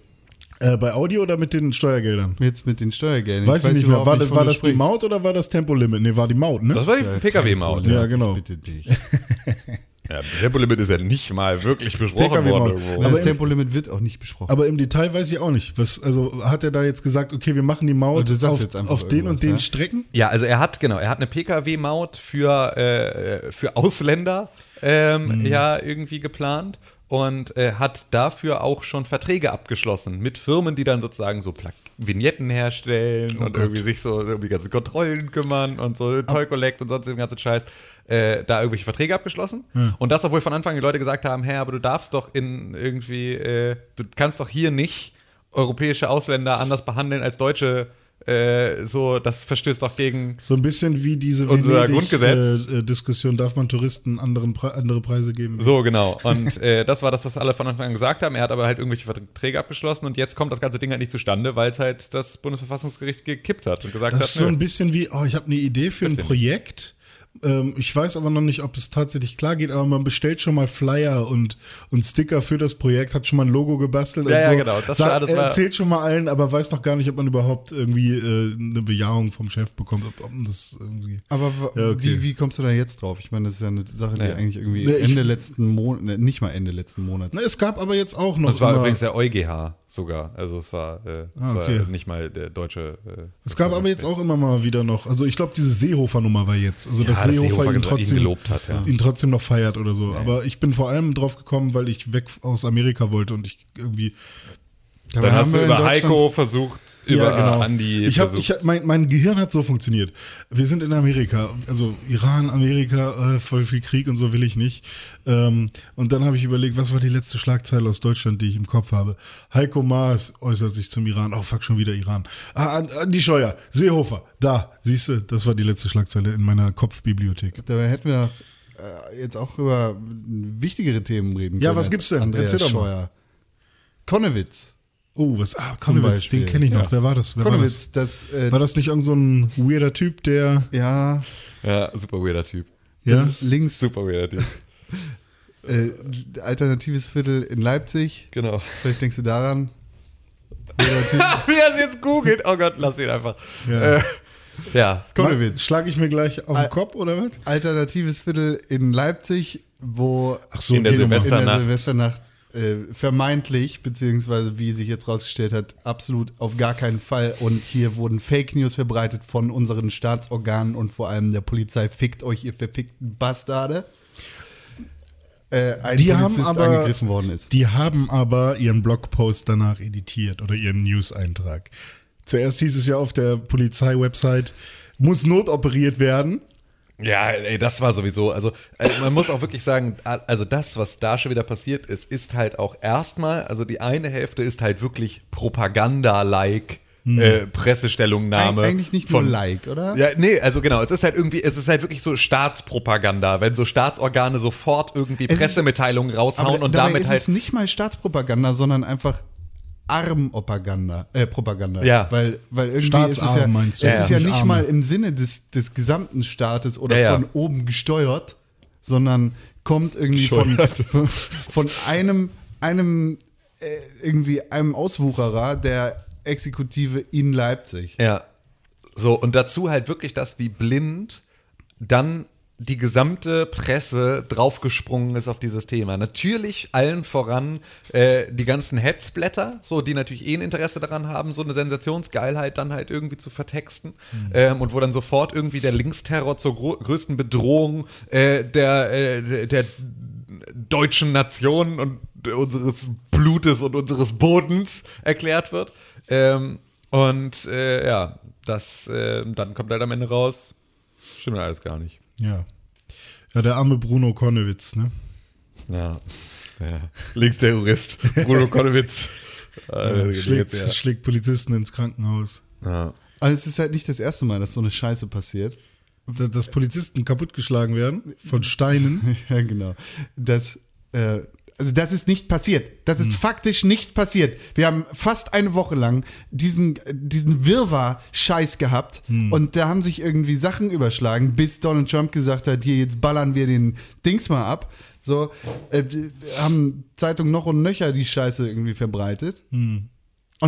Äh, bei Audi oder mit den Steuergeldern?
Jetzt mit den Steuergeldern.
Weiß ich nicht mehr.
überhaupt
War, das-
wovon
war
du
das die
sprichst.
Maut oder war das Tempolimit? Ne, war die Maut, ne?
Das war die
Ja,
Pkw-Maut.
Tempolimit,
Ja, genau.
Ich bitte dich.
Ja, Tempolimit ist ja nicht mal wirklich besprochen
Pkw-Maut.
worden irgendwo.
Aber
das
im-
Also Tempolimit wird auch nicht besprochen.
aber im Detail weiß ich auch nicht. Was, also hat er da jetzt gesagt, okay, wir machen die Maut
Und du sagst
auf,
jetzt einfach
auf den und
irgendwas,
den
ne?
Strecken?
Ja, also er hat, genau, er hat eine Pkw-Maut für, äh, für Ausländer ähm,
Mhm.
ja irgendwie geplant und äh, hat dafür auch schon Verträge abgeschlossen mit Firmen, die dann sozusagen so Pla Vignetten herstellen
Oh
und irgendwie sich so um die ganzen Kontrollen kümmern und so Toy Collect und sonst den ganzen Scheiß. Äh, da irgendwelche Verträge abgeschlossen.
Hm.
Und das, obwohl von Anfang an die Leute gesagt haben, hey, aber du darfst doch in irgendwie, äh, du kannst doch hier nicht europäische Ausländer anders behandeln als deutsche, äh, so, das verstößt doch gegen.
So ein bisschen wie diese
Unser Grundgesetz.
äh, äh, Diskussion, darf man Touristen anderen Pre andere Preise geben?
So, genau. Und äh, das war das, was alle von Anfang an gesagt haben. Er hat aber halt irgendwelche Verträge abgeschlossen und jetzt kommt das ganze Ding halt nicht zustande, weil es halt das Bundesverfassungsgericht gekippt hat und gesagt
Das ist
hat,
so
nö.
ein bisschen wie, oh, ich habe eine Idee für ein
ne. Verstehe.
Projekt. Ähm, ich weiß aber noch nicht, ob es tatsächlich klar geht, aber man bestellt schon mal Flyer und, und Sticker für das Projekt, hat schon mal ein Logo gebastelt.
Ja,
und
ja,
so.
genau. Das
Sagt-
war alles
er
mal-
erzählt schon mal allen, aber weiß noch gar nicht, ob man überhaupt irgendwie äh, eine Bejahung vom Chef bekommt, ob, ob man das irgendwie.
Aber wa-
Ja, okay.
wie, wie kommst du da jetzt drauf? Ich meine, das ist ja eine Sache, die
Nee.
eigentlich irgendwie
Nee, ich-
Ende letzten Monats, nicht mal Ende letzten Monats.
Na, Ne, es gab aber jetzt auch noch.
Und es war
immer-
übrigens der E EuGH sogar. Also es war, äh, es
Ah, okay.
war nicht mal der deutsche. Äh,
es gab aber jetzt auch immer mal wieder noch. Also ich glaube, diese Seehofer-Nummer war jetzt. Also
ja,
dass Seehofer, ihn
gesagt-
trotzdem
gelobt hat. Ja.
ihn trotzdem noch feiert oder so. Aber ich bin vor allem drauf gekommen, weil ich weg aus Amerika wollte und ich irgendwie
Dabei
Dann hast du
in
über
Deutschland-
Heiko versucht, über äh, Andi
genau. ich hab,
versucht.
ich hab, mein, mein Gehirn hat so funktioniert. Wir sind in Amerika, also Iran, Amerika, äh, voll viel Krieg und so will ich nicht. Ähm, und dann habe ich überlegt, was war die letzte Schlagzeile aus Deutschland, die ich im Kopf habe? Heiko Maas äußert sich zum Iran. Oh, fuck, schon wieder Iran. Ah, An- Andi Scheuer, Seehofer, da, siehst du, das war die letzte Schlagzeile in meiner Kopfbibliothek.
Dabei hätten wir doch, äh, jetzt auch über wichtigere Themen reden
Ja,
können
was
als
gibt's denn?
Andreas
Erzähl doch mal.
Scheuer. Konnewitz.
Oh, was, ah, Konowitz,
Beispiel.
den kenne ich noch.
Ja.
Wer war das? Wer war das?
Konnewitz, das, äh,
War das nicht irgend so ein weirder Typ, der,
ja,
ja, super weirder Typ.
ja?
links
Super weirder Typ.
äh, alternatives Viertel in Leipzig.
Genau.
Vielleicht denkst du daran. Oder Typ
Wie er es jetzt googelt. Oh Gott, lass ihn einfach.
Ja.
Äh, ja.
Konnewitz.
Schlage ich mir gleich auf den Kopf oder was?
alternatives Viertel in Leipzig, wo
Ach so,
In der
die Nummer.
Silvester-
in der
Silvesternacht.
Silvesternacht äh, vermeintlich, beziehungsweise wie sich jetzt rausgestellt hat, absolut auf gar keinen Fall. Und hier wurden Fake News verbreitet von unseren Staatsorganen und vor allem der Polizei. Fickt euch, ihr verfickten Bastarde. Äh, ein
Die haben
Polizist
aber-
angegriffen worden ist.
Die haben aber ihren Blogpost danach editiert oder ihren News-Eintrag. Zuerst hieß es ja auf der Polizei-Website, muss notoperiert werden.
Ja, ey, das war sowieso, also äh, man muss auch wirklich sagen, a- also das, was da schon wieder passiert ist, ist halt auch erstmal, also die eine Hälfte ist halt wirklich Propaganda-like äh, Pressestellungnahme.
Hm. Eig- eigentlich nicht nur like, oder?
Ja, nee, also genau, es ist halt irgendwie, es ist halt wirklich so Staatspropaganda, wenn so Staatsorgane sofort irgendwie
Es ist-
Pressemitteilungen raushauen und
dabei
damit
ist
halt
es nicht mal Staatspropaganda, sondern einfach Armpropaganda. Äh, Propaganda.
Ja.
Weil, weil irgendwie ist es
Staatsarm
ja,
meinst du?
Es
Ja,
ist
ja.
ja nicht
Nicht Arme.
mal im Sinne des, des gesamten Staates oder
Ja, ja.
von oben gesteuert, sondern kommt irgendwie von, von, von einem, einem äh, irgendwie einem Auswucherer der Exekutive in Leipzig.
Ja. So, und dazu halt wirklich das, wie blind dann die gesamte Presse draufgesprungen ist auf dieses Thema. Natürlich allen voran äh, die ganzen Hetzblätter, so die natürlich eh ein Interesse daran haben, so eine Sensationsgeilheit dann halt irgendwie zu vertexten ähm, und wo dann sofort irgendwie der Linksterror zur gro- größten Bedrohung äh, der, äh, der deutschen Nation und unseres Blutes und unseres Bodens erklärt wird. Ähm, und äh, ja, das äh, dann kommt halt am Ende raus, stimmt alles gar nicht.
Ja. Ja, der arme Bruno Konnewitz, ne?
Ja. Linksterrorist. Bruno Konowitz. Äh,
schlägt,
jetzt, ja.
schlägt Polizisten ins Krankenhaus.
Ja.
Aber es ist halt nicht das erste Mal, dass so eine Scheiße passiert.
Da- Dass Polizisten kaputtgeschlagen werden von Steinen.
ja, genau. Das, äh, also das ist nicht passiert. Das
Hm.
ist faktisch nicht passiert. Wir haben fast eine Woche lang diesen, diesen Wirrwarr-Scheiß gehabt
Hm.
und da haben sich irgendwie Sachen überschlagen, bis Donald Trump gesagt hat, hier, jetzt ballern wir den Dings mal ab. So, äh, wir haben Zeitungen noch und nöcher die Scheiße irgendwie verbreitet. Und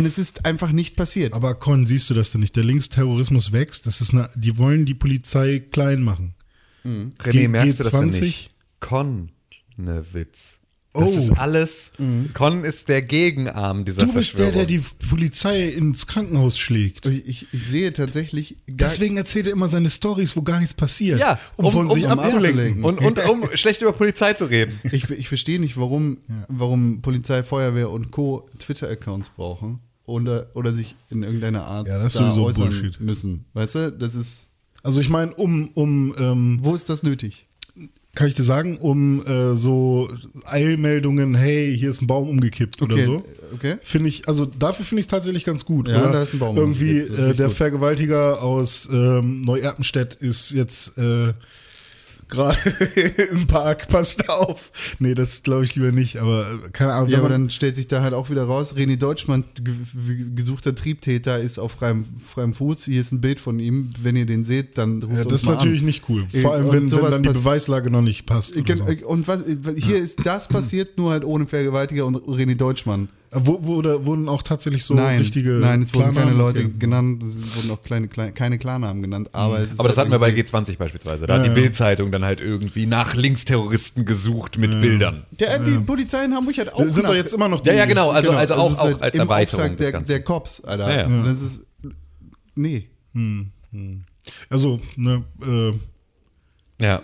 es ist einfach nicht passiert.
Hm. Aber Con, siehst du das denn nicht? Der Linksterrorismus wächst. Das ist eine, die wollen die Polizei klein machen.
René,
G-
merkst du das denn
G20?
nicht? Konowitz. Das
Oh. Mhm.
ist alles. Con ist der Gegenarm dieser
Du bist der, der
Verschwörung.
die Polizei ins Krankenhaus schlägt.
Ich, ich, ich sehe tatsächlich gar
Deswegen erzählt er immer seine Stories, wo gar nichts passiert.
Ja,
um, von sich
um abzulenken.
abzulenken.
Und, und um schlecht über Polizei zu reden.
Ich, ich verstehe nicht, warum, warum Polizei, Feuerwehr und Co. Twitter-Accounts brauchen oder, oder sich in irgendeiner Art
Ja, das ist
da
sowieso
äußern
Bullshit.
müssen. Weißt du, das ist,
Also ich meine, um, um ähm,
wo ist das nötig?
kann ich dir sagen, um äh, so Eilmeldungen, hey, hier ist ein Baum umgekippt oder
Okay,
so.
okay.
Finde ich, also dafür finde ich es tatsächlich ganz gut.
Ja,
oder?
da ist ein Baum
Irgendwie
umgekippt, das finde
äh,
ich
der
gut.
Vergewaltiger aus ähm, Neu-Erpenstedt ist jetzt äh, gerade im Park, passt auf. Nee, das glaube ich lieber nicht, aber äh, keine Ahnung.
Ja,
wenn
aber
man-
dann stellt sich da halt auch wieder raus, René Deutschmann, ge w- gesuchter Triebtäter, ist auf freiem, freiem Fuß. Hier ist ein Bild von ihm. Wenn ihr den seht, dann ruft
ja,
uns
das ist
mal
natürlich
an.
nicht cool.
Äh,
Vor allem,
und
wenn, wenn
sowas
dann die
passi-
Beweislage noch nicht passt. Oder
Gen-
so.
äh, Und was, hier ist das passiert, nur halt ohne Vergewaltiger und René Deutschmann.
Wo, wo, oder wurden auch tatsächlich so
nein,
richtige
nein, es wurden keine
Klarnamen-
Leute
Okay. Mhm.
genannt, es wurden auch kleine, kleine, keine Klarnamen genannt, aber es ist
Aber das
halt
hatten wir bei
irgendwie-
G20 beispielsweise. Da hat
Ja,
die
ja.
Bild-Zeitung dann halt irgendwie nach Linksterroristen gesucht mit Bildern.
Der, die Polizei in Hamburg hat auch.
sind doch
nach-
jetzt immer noch
Ja, ja, genau. Also,
Genau,
also
es
auch,
ist
auch
halt
als
im
Erweiterung
Auftrag
des
der,
Ganzen.
der Cops, Alter.
Ja, ja.
Das ist. Nee.
Also, ne, äh,
ja.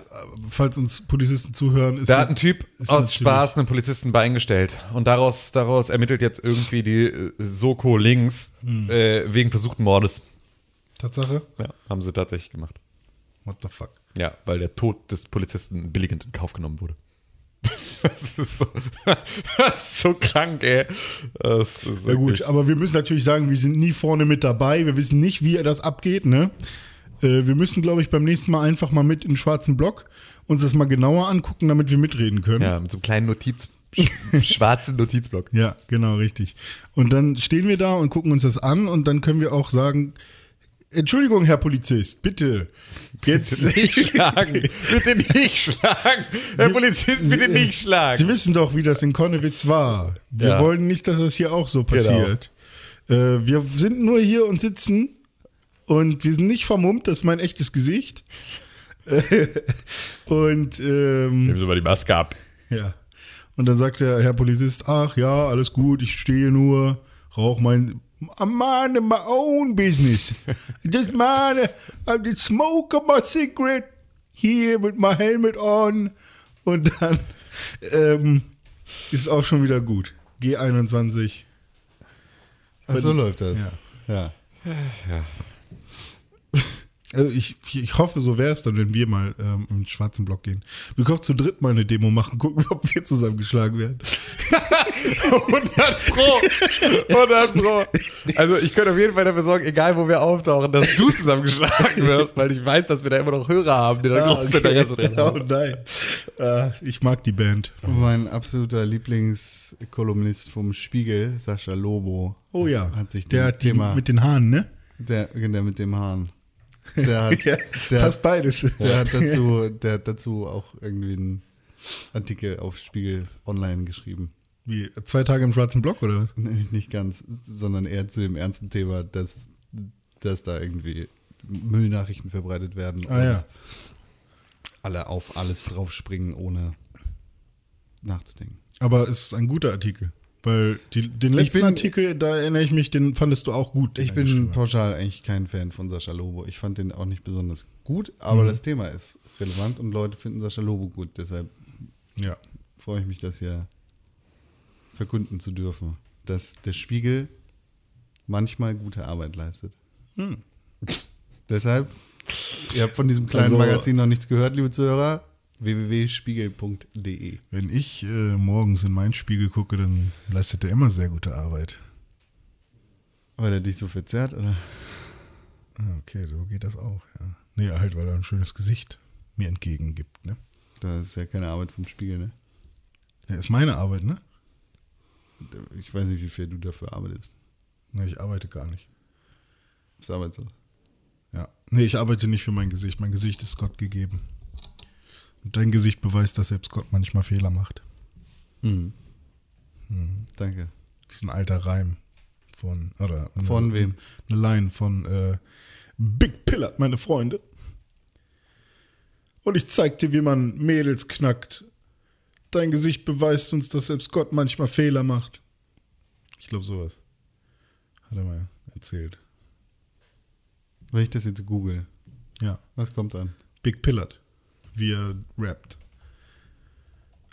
falls uns Polizisten zuhören, ist
Da hat ein Typ
ist
aus
natürlich-
Spaß einen Polizisten beingestellt. Und daraus, daraus ermittelt jetzt irgendwie die äh, Soko links
Hm.
äh, wegen versuchten Mordes.
Tatsache.
Ja, haben sie tatsächlich gemacht.
What the fuck?
Ja, weil der Tod des Polizisten billigend in Kauf genommen wurde. Das ist so, das ist so krank, ey. Das ist
Ja gut,
wirklich-
aber wir müssen natürlich sagen, wir sind nie vorne mit dabei. Wir wissen nicht, wie das abgeht, ne? Äh, Wir müssen, glaube ich, beim nächsten Mal einfach mal mit in den schwarzen Block uns das mal genauer angucken, damit wir mitreden können.
Ja, mit so einem kleinen Notiz, sch- schwarzen Notizblock.
Ja, genau, richtig. Und dann stehen wir da und gucken uns das an und dann können wir auch sagen, Entschuldigung, Herr Polizist, bitte. Jetzt
Nicht schlagen. Bitte nicht schlagen. Herr Polizist, bitte
Sie-
nicht schlagen.
Sie wissen doch, wie das in Konnewitz war. Wir
Ja.
wollen nicht, dass das hier auch so passiert. Äh, wir sind nur hier und sitzen und wir sind nicht vermummt, das ist mein echtes Gesicht. und ähm,
Nehmen Sie mal die Maske ab.
ja. Und dann sagt der Herr Polizist, ach ja, alles gut, ich stehe nur, rauch mein I'm minding my own business. Just mind, I'm just smoking äh, my cigarette here with my helmet on. Und dann ähm, ist auch schon wieder gut. G21.
Ach, so läuft das.
Ja.
Ja.
Also ich, ich hoffe, so wäre es dann, wenn wir mal ähm, in den schwarzen Block gehen. Wir können auch zu dritt mal eine Demo machen, gucken, ob wir zusammengeschlagen werden.
100 Pro. 100 Pro. Also ich könnte auf jeden Fall dafür sorgen, egal wo wir auftauchen, dass du zusammengeschlagen wirst, weil ich weiß, dass wir da immer noch Hörer haben, die da
Ah,
großes
okay.
Interesse dran haben.
Oh nein. Ah, ich mag die Band.
Mein absoluter Lieblingskolumnist vom Spiegel, Sascha Lobo.
Oh ja.
Hat sich
der
dem
hat die
Thema-
mit den Haaren, ne?
Der, der mit dem Hahn. Der hat,
Ja,
der
passt
hat,
beides.
der hat dazu, der hat dazu auch irgendwie einen Artikel auf Spiegel online geschrieben.
Wie, zwei Tage im schwarzen Block oder was?
Nee, Nicht ganz, sondern eher zu dem ernsten Thema, dass, dass da irgendwie Müllnachrichten verbreitet werden.
Ah ja.
alle auf alles draufspringen, ohne nachzudenken.
Aber es ist ein guter Artikel. Weil die, den letzten
bin-
Artikel, da erinnere ich mich, den fandest du auch gut. den
Ich
er
bin
geschrieben hat.
pauschal eigentlich kein Fan von Sascha Lobo. Ich fand den auch nicht besonders gut, aber
Mhm.
das Thema ist relevant und Leute finden Sascha Lobo gut. Deshalb
Ja.
freue ich mich, das hier verkünden zu dürfen, dass der Spiegel manchmal gute Arbeit leistet. Deshalb, ihr habt von diesem kleinen
Also-
Magazin noch nichts gehört, liebe Zuhörer, www.spiegel.de.
Wenn ich äh, morgens in meinen Spiegel gucke, dann leistet er immer sehr gute Arbeit.
Weil er dich so verzerrt, oder?
Ah, Okay, so geht das auch, ja. Nee, halt, weil er ein schönes Gesicht mir entgegengibt, ne?
Das ist ja keine Arbeit vom Spiegel, ne?
Ja, ist meine Arbeit, ne?
Ich weiß nicht, wie viel du dafür arbeitest.
Ne, ich arbeite gar nicht.
Das Arbeit so.
Ja. Nee, ich arbeite nicht für mein Gesicht. Mein Gesicht ist Gott gegeben. Und dein Gesicht beweist, dass selbst Gott manchmal Fehler macht.
Hm. Danke.
Das ist ein alter Reim von, oder
Von wem?
Eine Line von äh, Big Pillard, meine Freunde. Und ich zeig dir, wie man Mädels knackt. Dein Gesicht beweist uns, dass selbst Gott manchmal Fehler macht. Ich glaube, sowas hat er mal erzählt.
Wenn ich das jetzt google,
Ja,
was kommt an?
Big Pillard, wie er rappt.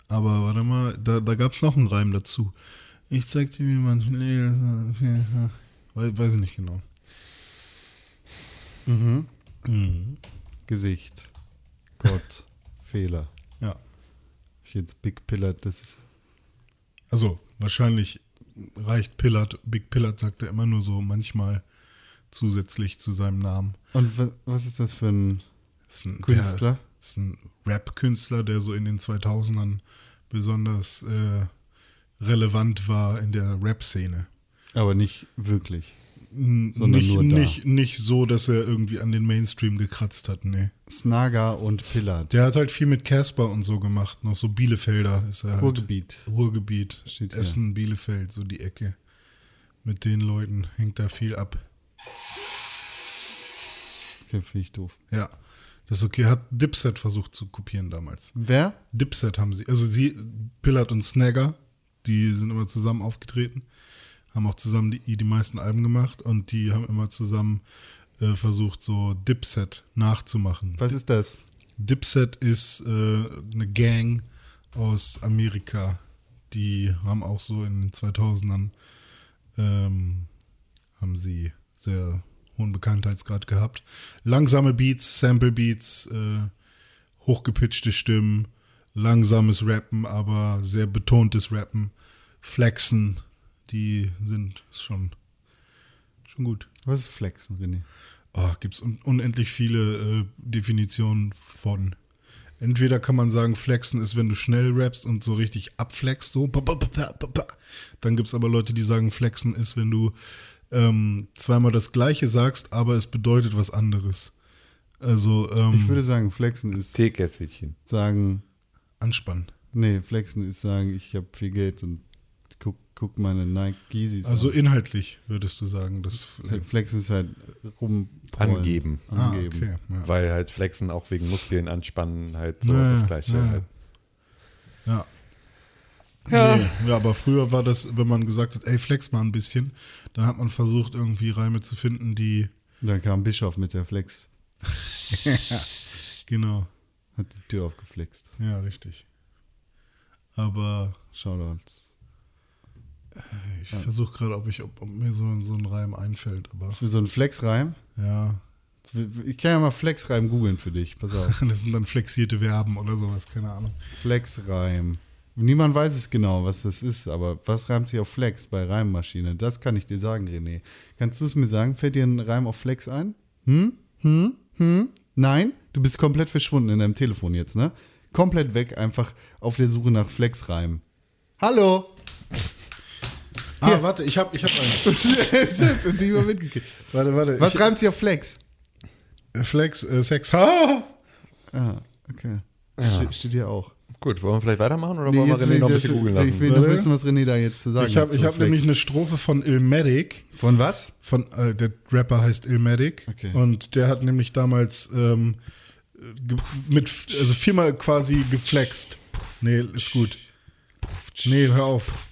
Aber warte mal, da, da gab es noch einen Reim dazu. Ich zeig dir, wie man Mädels knackt. Weiß, weiß ich nicht genau.
Gesicht. Gott. Fehler.
Ja.
Ich jetzt Big Pillar, das ist.
Also wahrscheinlich reicht Pillard, Big Pillard sagt er immer nur so manchmal zusätzlich zu seinem Namen.
Und wa- was ist das für ein
Ist ein
Künstler?
Der, ist ein Rap-Künstler, der so in den 2000ern besonders äh, relevant war in der Rap-Szene.
Aber nicht wirklich.
Sondern nicht,
nur da.
nicht, nicht so, dass er irgendwie an den Mainstream gekratzt hat, nee.
Snaga und Pillar.
Der hat halt viel mit Casper und so gemacht, noch so Bielefelder ist er. Halt.
Ruhrgebiet.
Ruhrgebiet,
Steht hier.
Essen, Bielefeld, so die Ecke. Mit den Leuten hängt da viel ab.
Okay, finde ich doof.
Ja, das ist okay. Hat Dipset versucht zu kopieren damals.
Wer?
Dipset haben sie, also sie, Pillard und Snagger, die sind immer zusammen aufgetreten, haben auch zusammen die, die meisten Alben gemacht und die haben immer zusammen äh, versucht, so Dipset nachzumachen.
Was ist das?
Dipset ist äh, eine Gang aus Amerika. Die haben auch so in den 2000ern ähm, haben sie sehr hohen Bekanntheitsgrad gehabt. Langsame Beats, Sample Beats, äh, hochgepitchte Stimmen, langsames Rappen, aber sehr betontes Rappen, Flexen, die sind schon schon gut.
Was ist Flexen, René?
Oh, gibt es un unendlich viele äh, Definitionen von. Entweder kann man sagen, flexen ist, wenn du schnell rappst und so richtig abflext, so. Pa, pa, pa, pa, pa, pa. Dann gibt es aber Leute, die sagen, flexen ist, wenn du ähm, zweimal das Gleiche sagst, aber es bedeutet was anderes. Also ähm,
Ich würde sagen, Flexen ist
Teekesselchen.
sagen.
anspannen.
Nee, Flexen ist sagen, ich habe viel Geld und guck, guck meine Nike Yeezys.
Also
an.
inhaltlich würdest du sagen, das.
Flexen ist halt rum.
Angeben.
Ah,
Angeben.
okay. Ja.
Weil halt Flexen auch wegen Muskeln anspannen halt so
Ja,
das Gleiche.
ja.
Halt.
Ja. Nee, ja, aber früher war das, wenn man gesagt hat, ey, flex mal ein bisschen, dann hat man versucht, irgendwie Reime zu finden, die,
Dann kam Bischof mit der Flex,
genau,
hat die Tür aufgeflext.
ja, richtig. Aber
Shoutouts.
ich versuche gerade, ob, ich- ob, ob mir so, so ein Reim einfällt, aber
Für so einen Flexreim.
ja,
Ich kann ja mal Flexreim googeln für dich. Pass auf.
das sind dann flexierte Verben oder sowas, keine Ahnung.
Flexreim. Niemand weiß es genau, was das ist, aber was reimt sich auf Flex bei Reimmaschine? Das kann ich dir sagen, René. Kannst du es mir sagen? Fällt dir ein Reim auf Flex ein? Hm? Hm? Hm? Nein? Du bist komplett verschwunden in deinem Telefon jetzt, ne? Komplett weg, einfach auf der Suche nach Flexreim. Hallo!
Ah, warte, ich hab, ich hab einen.
Das hast du nicht mal mitgekriegt.
warte, warte.
Was reimt sich auf Flex?
ich, Flex, äh, Sex, ha!
Ah, okay. Ste- Steht hier auch.
Gut, wollen wir vielleicht weitermachen oder
Nee,
wollen wir
jetzt will
René
ich
noch ein
das-
bisschen googeln
Ich
lassen?
will noch
Warte.
wissen, was René da jetzt zu sagen
Ich hab,
hat.
ich
zu
hab
Flex.
nämlich eine Strophe von Ilmatic.
Von was?
von äh, der Rapper heißt Illmatic
Okay.
und der hat nämlich damals ähm, ge- mit, also viermal quasi geflext. Nee, ist gut. Nee, hör auf.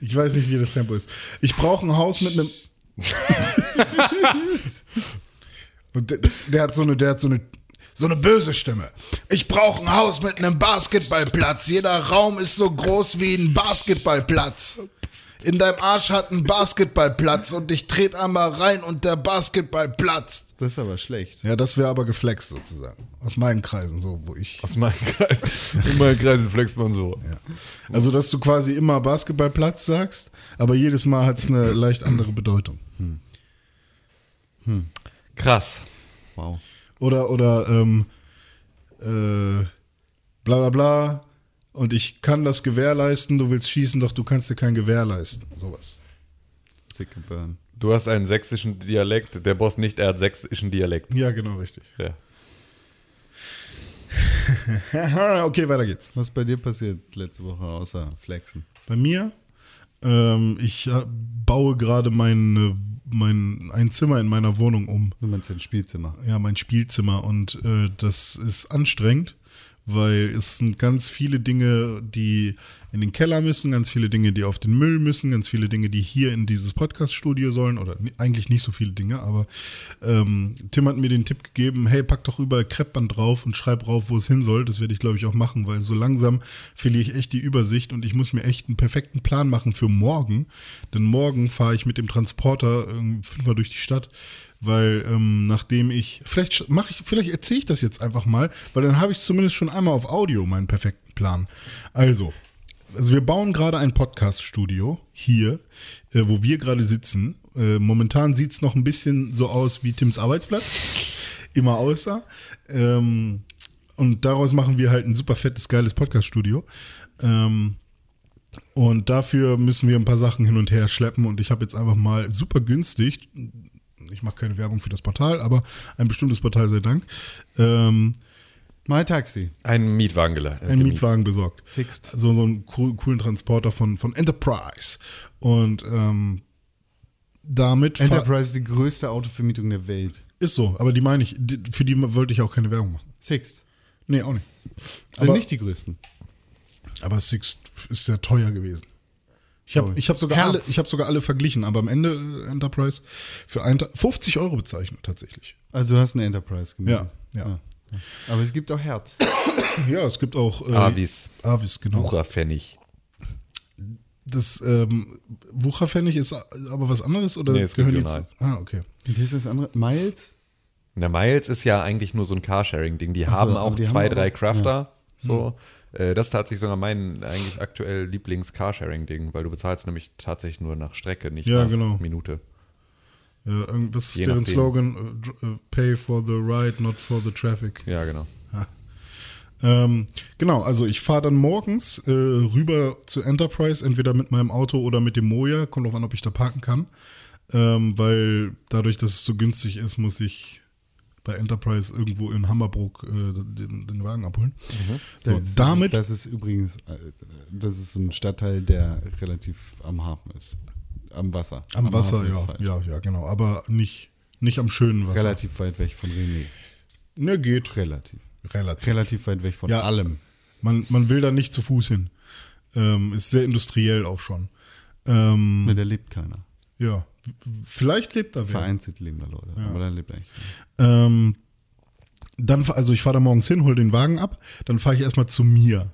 Ich weiß nicht, wie das Tempo ist. Ich brauche ein Haus mit einem. Und der, der hat so eine, der hat so eine, so eine böse Stimme. Ich brauche ein Haus mit einem Basketballplatz. Jeder Raum ist so groß wie ein Basketballplatz. In deinem Arsch hat ein Basketballplatz und ich trete einmal rein und der Basketball platzt.
Das ist aber schlecht.
Ja, das wäre aber geflext sozusagen. Aus meinen Kreisen, so wo ich.
Aus meinem Kreis. In meinen Kreisen flext man so.
Ja. Also, dass du quasi immer Basketballplatz sagst, aber jedes Mal hat es eine leicht andere Bedeutung.
Krass.
Wow.
Oder, oder, ähm, äh, bla bla bla. Und ich kann das gewährleisten, du willst schießen, doch du kannst dir kein Gewehr leisten. Sowas.
Sicke Burn.
Du hast einen sächsischen Dialekt, der Boss nicht, er hat sächsischen Dialekt.
Ja, genau, richtig.
Ja.
okay, weiter geht's.
Was ist bei dir passiert letzte Woche außer Flexen?
Bei mir, ähm, ich äh, baue gerade mein, mein, ein Zimmer in meiner Wohnung um.
Du meinst dein Spielzimmer.
ja, mein Spielzimmer und äh, das ist anstrengend, weil es sind ganz viele Dinge, die in den Keller müssen, ganz viele Dinge, die auf den Müll müssen, ganz viele Dinge, die hier in dieses Podcast-Studio sollen oder ni- eigentlich nicht so viele Dinge, aber ähm, Tim hat mir den Tipp gegeben, hey, pack doch überall Kreppband drauf und schreib drauf, wo es hin soll. Das werde ich, glaube ich, auch machen, weil so langsam verliere ich echt die Übersicht und ich muss mir echt einen perfekten Plan machen für morgen, denn morgen fahre ich mit dem Transporter ähm, fünfmal durch die Stadt weil ähm, nachdem ich vielleicht mache ich vielleicht erzähle ich das jetzt einfach mal, weil dann habe ich zumindest schon einmal auf Audio meinen perfekten Plan. Also, also wir bauen gerade ein Podcast Studio hier, äh, wo wir gerade sitzen. Äh, momentan sieht's noch ein bisschen so aus wie Tims Arbeitsplatz immer aussah. Ähm, und daraus machen wir halt ein super fettes geiles Podcast Studio. Ähm, und dafür müssen wir ein paar Sachen hin und her schleppen und ich habe jetzt einfach mal super günstig ich mache keine Werbung für das Portal, aber ein bestimmtes Portal sei Dank, ähm,
Mein Taxi.
Einen Mietwagen geleitet.
einen Mietwagen besorgt.
Sixt.
So, so einen coo- coolen Transporter von, von Enterprise. Und ähm, damit fahr-
Enterprise ist die größte Autovermietung der Welt.
ist so, aber die meine ich, die, für die wollte ich auch keine Werbung machen.
Sixt.
Nee, auch nicht.
Sind
Aber-
nicht die größten.
Aber Six ist sehr teuer gewesen. Ich habe ich hab sogar,
Herz.
alle- ich hab sogar alle verglichen, aber am Ende äh, Enterprise für ein, Ta- 50 Euro bezeichnet tatsächlich.
Also du hast eine Enterprise gemietet.
Ja, ja.
Aber es gibt auch Herz.
Ja, es gibt auch äh,
Avis.
Avis, genau.
Bucherpfennig.
Das ähm, Wucherpfennig ist aber was anderes oder
Nee, ist
gehören die
regional.
zu- Ah, okay.
Und hier ist das andere. Miles?
Na, Miles ist ja eigentlich nur so ein Carsharing-Ding. Die haben
aber
auch
die
zwei,
haben auch-
drei Crafter. So. Äh, Das ist tatsächlich sogar mein eigentlich aktuell Lieblings-Carsharing-Ding, weil du bezahlst nämlich tatsächlich nur nach Strecke, nicht
Ja,
nach
genau.
Minute.
Ja, irgendwas ist
Je
deren
nachdem.
Slogan: äh, dr- äh, Pay for the ride, not for the traffic.
Ja, genau.
Ähm, genau, also ich fahre dann morgens äh, rüber zu Enterprise, entweder mit meinem Auto oder mit dem Moja. Kommt drauf an, ob ich da parken kann. Ähm, weil dadurch, dass es so günstig ist, muss ich bei Enterprise irgendwo in Hammerbrook äh, den, den Wagen abholen. So,
Mhm. Das ist-
damit
Das ist übrigens, äh, das ist so ein Stadtteil, der relativ am Hafen ist. Am Wasser.
am, Wasser,
Hafen ist
ja,
falsch.
ja, ja, genau, aber nicht, nicht am schönen Wasser.
Relativ weit weg von René.
Ne, geht.
Relativ.
Relativ.
Relativ weit weg von
Ja.
allem.
Man, man will da nicht zu Fuß hin. Ähm, ist sehr industriell auch schon. Ähm,
Ne, da lebt keiner.
ja, W- vielleicht lebt da wer.
Vereinzelt leben da Leute. Aber da lebt eigentlich keiner.
Ähm, dann, fa- also ich fahre da morgens hin, hole den Wagen ab, dann fahre ich erstmal zu mir.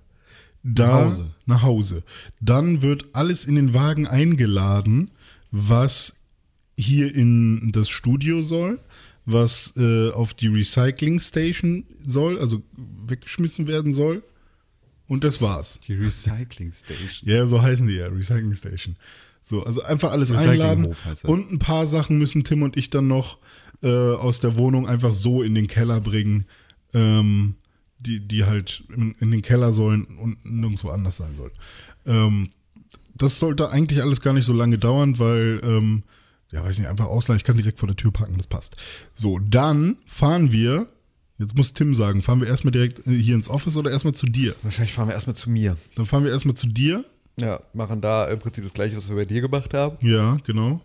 Da, nach, Hause. nach Hause. Dann wird alles in den Wagen eingeladen, was hier in das Studio soll, was äh, auf die Recycling Station soll, also weggeschmissen werden soll. Und das war's.
Die Recycling Station.
Ja, so heißen die ja, Recycling Station. So, also einfach alles
Recyclinghof
einladen.
heißt das.
Und ein paar Sachen müssen Tim und ich dann noch äh, aus der Wohnung einfach so in den Keller bringen, ähm, die, die halt in, in den Keller sollen und nirgendwo anders sein sollen. Ähm, das sollte eigentlich alles gar nicht so lange dauern, weil, ähm, ja, weiß nicht, einfach ausladen. Ich kann direkt vor der Tür parken, das passt. So, dann fahren wir, jetzt muss Tim sagen, fahren wir erstmal direkt äh, hier ins Office oder erstmal zu dir?
Wahrscheinlich fahren wir erstmal zu mir.
Dann fahren wir erstmal zu dir.
Ja, machen da im Prinzip das gleiche, was wir bei dir gemacht haben.
Ja, genau.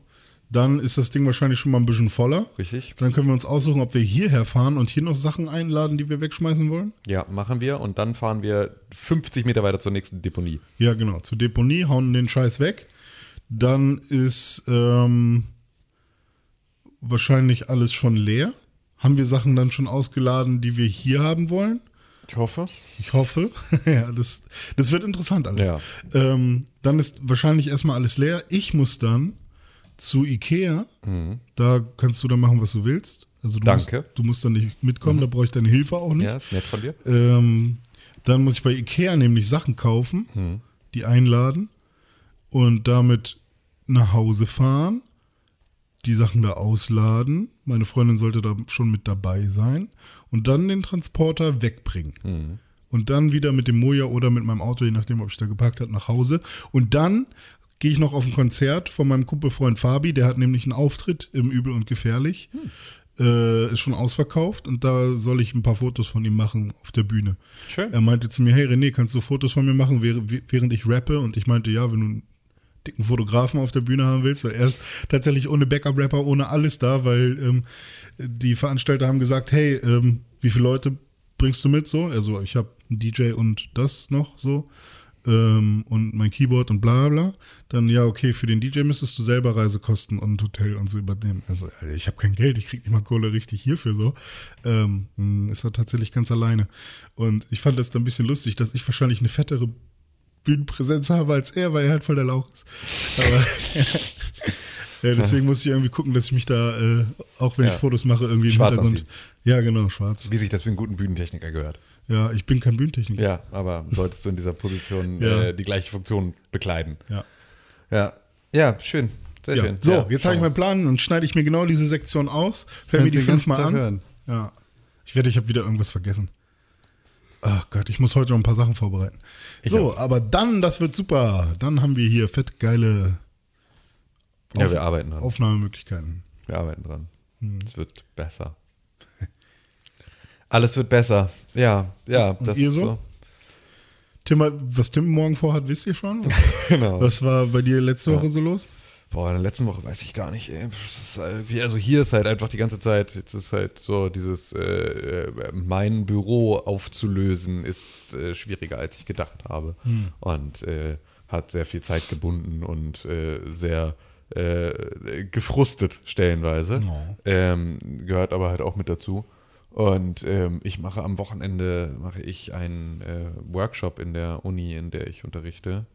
Dann ist das Ding wahrscheinlich schon mal ein bisschen voller.
Richtig.
Dann können wir uns aussuchen, ob wir hierher fahren und hier noch Sachen einladen, die wir wegschmeißen wollen.
Ja, machen wir und dann fahren wir 50 Meter weiter zur nächsten Deponie.
Ja, genau. Zur Deponie, hauen den Scheiß weg. Dann ist ähm, wahrscheinlich alles schon leer. Haben wir Sachen dann schon ausgeladen, die wir hier haben wollen?
Ich hoffe.
Ich hoffe. ja, das, das wird interessant alles.
Ja.
Ähm, dann ist wahrscheinlich erstmal alles leer. Ich muss dann zu Ikea. Da kannst du dann machen, was du willst. Also du
Mhm. Danke. Mhm.
Musst, du musst dann nicht mitkommen, da brauche ich deine Hilfe auch nicht.
Ja, ist nett von dir.
Ähm, dann muss ich bei Ikea nämlich Sachen kaufen,
Mhm.
die einladen und damit nach Hause fahren, die Sachen da ausladen. Meine Freundin sollte da schon mit dabei sein und dann den Transporter wegbringen. Und dann wieder mit dem Moja oder mit meinem Auto, je nachdem, ob ich da geparkt habe, nach Hause. Und dann gehe ich noch auf ein Konzert von meinem Kumpelfreund Fabi. Der hat nämlich einen Auftritt im Übel und Gefährlich äh, ist schon ausverkauft und da soll ich ein paar Fotos von ihm machen auf der Bühne.
Schön.
Er meinte zu mir, hey René, kannst du Fotos von mir machen, während während ich rappe? Und ich meinte, ja, wenn du einen dicken Fotografen auf der Bühne haben willst, weil er ist tatsächlich ohne Backup-Rapper, ohne alles da, weil ähm, die Veranstalter haben gesagt, hey, ähm, wie viele Leute bringst du mit so? Also ich habe einen DJ und das noch so. Ähm, und mein Keyboard und bla bla. Dann, ja, okay, für den DJ müsstest du selber Reisekosten und Hotel und so übernehmen. Also, Alter, ich habe kein Geld, ich krieg nicht mal Kohle richtig hierfür so. Ähm, mh, ist er tatsächlich ganz alleine. Und ich fand das dann ein bisschen lustig, dass ich wahrscheinlich eine fettere Bühnenpräsenz habe als er, weil er halt voll der Lauch ist. Aber ja, deswegen muss ich irgendwie gucken, dass ich mich da, äh, auch wenn
Ja.
ich Fotos mache, irgendwie im
Schwarz
Hintergrund.
anziehen.
Ja, genau, schwarz.
Wie sich das für einen guten Bühnentechniker gehört.
Ja, ich bin kein Bühnentechniker.
Ja, aber solltest du in dieser Position
Ja.
äh, die gleiche Funktion bekleiden.
ja.
Ja, ja schön. Sehr
Ja.
schön.
So,
ja,
jetzt habe ich
schauen
meinen Plan und schneide ich mir genau diese Sektion aus, höre
Kannst
mir
den
die
ganzen
fünfmal
Tag
an.
hören.
Ja. Ich wette, ich habe wieder irgendwas vergessen. Ach Gott, ich muss heute noch ein paar Sachen vorbereiten. so, aber dann, das wird super. Dann haben wir hier fett geile
Ja, wir arbeiten dran.
Aufnahmemöglichkeiten.
Wir arbeiten dran.
Hm.
Es wird besser. Alles wird besser. Ja, ja.
Und ihr so? Tim, was Tim morgen vorhat, wisst ihr schon?
Genau.
Was war bei dir letzte Woche so los?
Boah, in der letzten Woche weiß ich gar nicht. Ey. Das ist, äh, wie- Also hier ist halt einfach die ganze Zeit, jetzt ist halt so dieses äh, äh, mein Büro aufzulösen, ist äh, schwieriger, als ich gedacht habe. Und äh, hat sehr viel Zeit gebunden und äh, sehr äh, gefrustet stellenweise. Ähm, gehört aber halt auch mit dazu. Und ähm, ich mache am Wochenende mache ich einen äh, Workshop in der Uni, in der ich unterrichte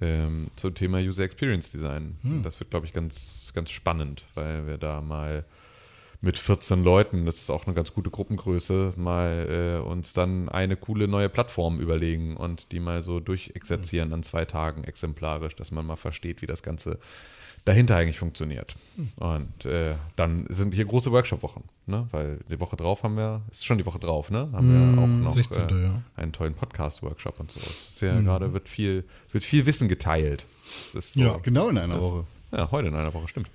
ähm, zum Thema User Experience Design. Das wird, glaube ich, ganz, ganz spannend, weil wir da mal mit 14 Leuten, das ist auch eine ganz gute Gruppengröße, mal äh, uns dann eine coole neue Plattform überlegen und die mal so durchexerzieren an zwei Tagen exemplarisch, dass man mal versteht, wie das Ganze dahinter eigentlich funktioniert. Und äh, dann sind hier große Workshop-Wochen, ne? weil die Woche drauf haben wir, ist schon die Woche drauf, ne? haben wir auch noch
16.,
äh,
ja.
einen tollen Podcast-Workshop und so. Es ist ja gerade, wird viel, wird viel Wissen geteilt. Das ist so,
Ja,
Genau in einer
das,
Woche.
Ja, heute in einer Woche, stimmt.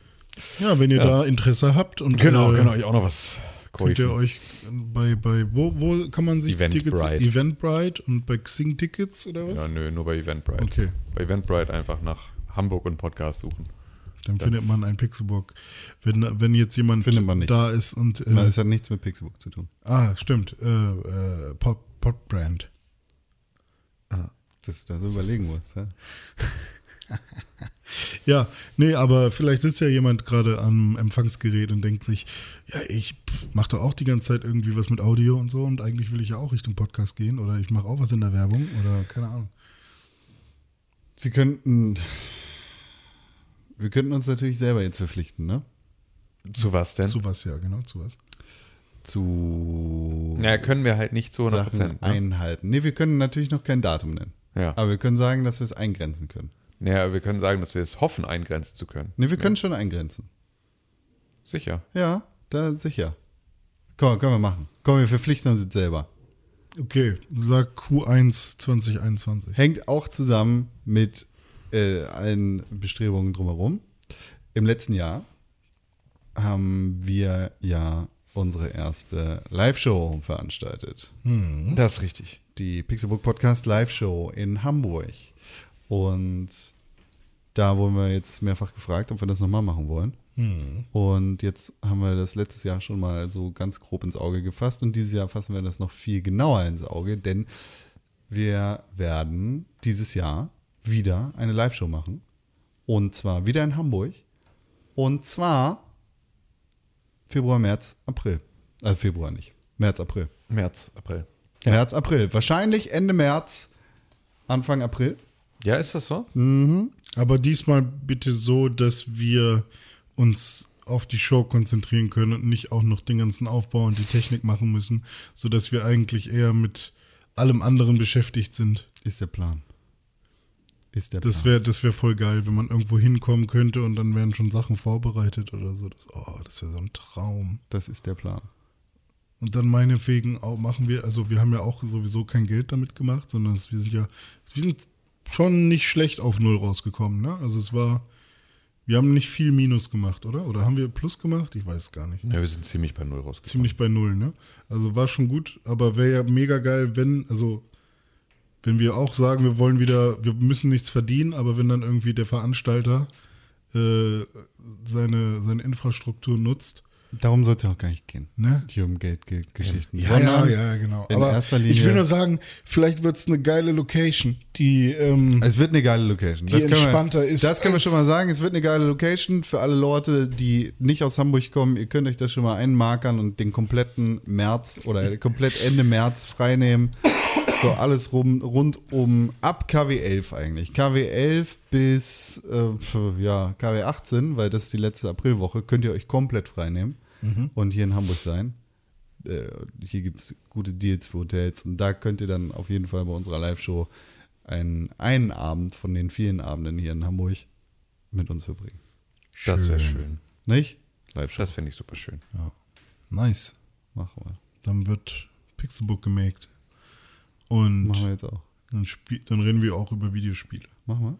Ja, wenn ihr da Interesse habt und
Genau,
äh,
Genau, ich auch noch was
könnt ihr euch bei, bei wo, wo kann man sich
Eventbrite.
Eventbrite und bei Xing Tickets oder was?
Ja, nö, nur bei Eventbrite.
Okay.
Bei Eventbrite einfach nach Hamburg und Podcast suchen.
Dann findet man einen Pixelbook. Wenn, wenn jetzt jemand
Findet man nicht.
da ist und. Äh,
Weil es hat nichts mit Pixelbook zu tun.
Ah, stimmt. Äh, äh, Pod, Podbrand.
Das, das überlegen wir uns. Ja?
Ja, nee, aber vielleicht sitzt ja jemand gerade am Empfangsgerät und denkt sich, ja, ich mache doch auch die ganze Zeit irgendwie was mit Audio und so und eigentlich will ich ja auch Richtung Podcast gehen oder ich mache auch was in der Werbung oder keine Ahnung.
Wir könnten. Wir könnten uns natürlich selber jetzt verpflichten, ne?
Zu was denn?
Zu was, ja, genau, zu was.
Zu
naja, können wir halt nicht zu 100
Sachen
Prozent. Ne?
einhalten. Ne, wir können natürlich noch kein Datum nennen.
Ja.
Aber wir können sagen, dass wir es eingrenzen können.
Naja, wir können sagen, dass wir es hoffen, eingrenzen zu können.
Ne, wir können schon eingrenzen.
Sicher.
Ja, da sicher. Komm, können wir machen. Komm, wir verpflichten uns jetzt selber.
Okay, sag Q1 2021.
Hängt auch zusammen mit äh, allen Bestrebungen drumherum. Im letzten Jahr haben wir ja unsere erste Live-Show veranstaltet.
Mhm.
Das ist richtig.
die Pixelbook Podcast Live Show in Hamburg. Und da wurden wir jetzt mehrfach gefragt, ob wir das nochmal machen wollen. Und jetzt haben wir das letztes Jahr schon mal so ganz grob ins Auge gefasst und dieses Jahr fassen wir das noch viel genauer ins Auge, denn wir werden dieses Jahr wieder eine Live-Show machen. Und zwar wieder in Hamburg. Und zwar Februar, März, April. Also Februar nicht. März, April.
März, April.
Ja.
März, April. Wahrscheinlich Ende März, Anfang April.
Ja, ist das so?
Mhm. Aber diesmal bitte so, dass wir uns auf die Show konzentrieren können und nicht auch noch den ganzen Aufbau und die Technik machen müssen, sodass wir eigentlich eher mit allem anderen beschäftigt sind.
Ist der Plan. Ist der
Das
Plan.
wäre das wär voll geil, wenn man irgendwo hinkommen könnte und dann wären schon Sachen vorbereitet oder so. Das, oh, das wäre so ein Traum.
Das ist der Plan.
Und dann meinetwegen auch machen wir, also wir haben ja auch sowieso kein Geld damit gemacht, sondern es, wir sind ja, wir sind schon nicht schlecht auf Null rausgekommen, ne? Also es war, wir haben nicht viel Minus gemacht, oder? Oder haben wir Plus gemacht? Ich weiß es gar nicht.
Ja, wir sind ziemlich bei Null rausgekommen.
Ziemlich bei Null, ne? Also war schon gut, aber wäre ja mega geil, wenn, also wenn wir auch sagen, wir wollen wieder, wir müssen nichts verdienen, aber wenn dann irgendwie der Veranstalter äh, seine, seine Infrastruktur nutzt,
Darum soll es ja auch gar nicht gehen.
ne?
Hier um Geldgeschichten.
Ja, ja, ja, genau.
in
Aber
erster Linie-
ich will nur sagen, vielleicht wird es eine geile Location, die ähm,
Es wird eine geile Location.
Die
können
entspannter
wir,
ist
Das können wir
als-
schon mal sagen. Es wird eine geile Location für alle Leute, die nicht aus Hamburg kommen. Ihr könnt euch das schon mal einmarkern und den kompletten März oder komplett Ende März freinehmen. So alles rum, rund um ab KW 11 eigentlich. KW 11 bis äh, pf, ja, KW 18, weil das ist die letzte Aprilwoche, könnt ihr euch komplett freinehmen und hier in Hamburg sein. Äh, hier gibt es gute Deals für Hotels und da könnt ihr dann auf jeden Fall bei unserer Live-Show einen, einen Abend von den vielen Abenden hier in Hamburg mit uns verbringen.
Das wäre schön.
Nicht? Live-Show.
Das fände ich super schön.
nice.
Machen wir.
Dann wird Pixelbook gemacht. Und
Machen wir jetzt auch.
dann, spiel, dann reden wir auch über Videospiele.
Machen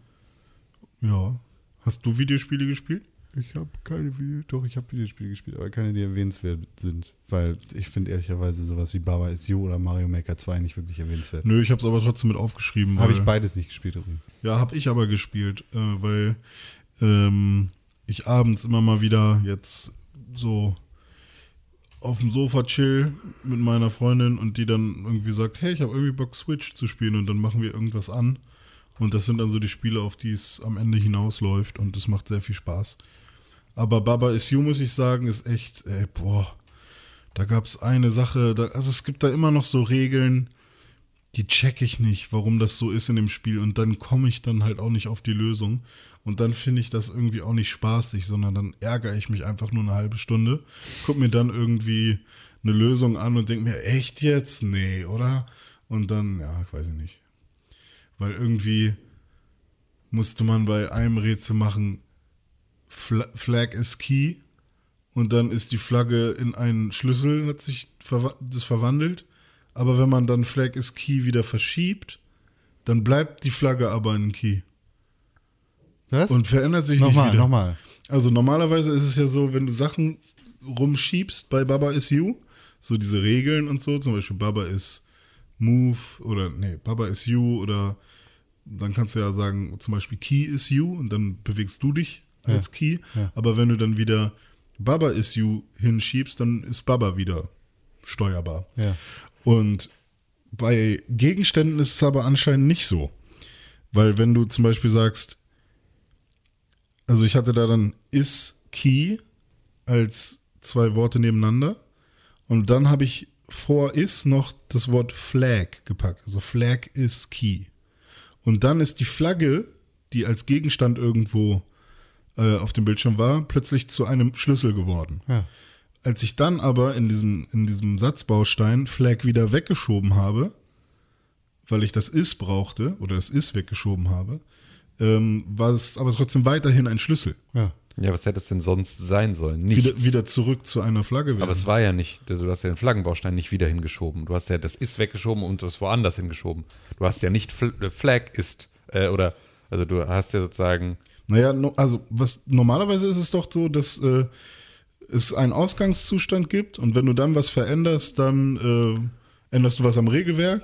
Ja. Hast du Videospiele gespielt?
wir. Ich habe keine Videospiele, doch, ich habe Videospiele gespielt, aber keine, die erwähnenswert sind. Weil ich finde ehrlicherweise sowas wie Baba is You oder Mario Maker 2 nicht wirklich erwähnenswert.
Nö, ich habe es aber trotzdem mit aufgeschrieben.
Habe
weil-
ich beides nicht gespielt übrigens.
Ja, habe ich aber gespielt, äh, weil ähm, ich abends immer mal wieder jetzt so auf dem Sofa chill mit meiner Freundin und die dann irgendwie sagt, hey, ich habe irgendwie Bock Switch zu spielen und dann machen wir irgendwas an. Und das sind dann so die Spiele, auf die es am Ende hinausläuft und das macht sehr viel Spaß. Aber Baba is You, muss ich sagen, ist echt, ey, boah, da gab es eine Sache, da, also es gibt da immer noch so Regeln, die check ich nicht, warum das so ist in dem Spiel. Und dann komme ich dann halt auch nicht auf die Lösung. Und dann finde ich das irgendwie auch nicht spaßig, sondern dann ärgere ich mich einfach nur eine halbe Stunde, guck mir dann irgendwie eine Lösung an und denke mir, echt jetzt? Nee, oder? Und dann, ja, ich weiß ich nicht. Weil irgendwie musste man bei einem Rätsel machen, Fla Flag is key. Und dann ist die Flagge in einen Schlüssel, hat sich verwa das verwandelt. Aber wenn man dann Flag is Key wieder verschiebt, dann bleibt die Flagge aber ein Key
Was?
und verändert sich
nochmal,
nicht wieder.
nochmal.
Also normalerweise ist es ja so, wenn du Sachen rumschiebst bei Baba is You, so diese Regeln und so, zum Beispiel Baba is Move oder nee, Baba is You oder dann kannst du ja sagen, zum Beispiel Key is You und dann bewegst du dich als Key. Aber wenn du dann wieder Baba is You hinschiebst, dann ist Baba wieder steuerbar.
Ja.
Und bei Gegenständen ist es aber anscheinend nicht so. Weil wenn du zum Beispiel sagst, also ich hatte da dann is key als zwei Worte nebeneinander und dann habe ich vor is noch das Wort flag gepackt. Also flag is key. Und dann ist die Flagge, die als Gegenstand irgendwo äh, auf dem Bildschirm war, plötzlich zu einem Schlüssel geworden.
Ja.
Als ich dann aber in diesem, in diesem Satzbaustein Flag wieder weggeschoben habe, weil ich das Is brauchte oder das Is weggeschoben habe, ähm, war es aber trotzdem weiterhin ein Schlüssel.
Ja.
Ja, was hätte es denn sonst sein sollen? Nichts.
Wieder, wieder zurück zu einer Flagge werden.
Aber es war ja nicht, also du hast ja den Flaggenbaustein nicht wieder hingeschoben. Du hast ja das ist weggeschoben und das woanders hingeschoben. Du hast ja nicht Fl Flag ist äh, oder also du hast ja sozusagen
naja, no, also was normalerweise ist es doch so, dass äh, es einen Ausgangszustand gibt und wenn du dann was veränderst, dann äh, änderst du was am Regelwerk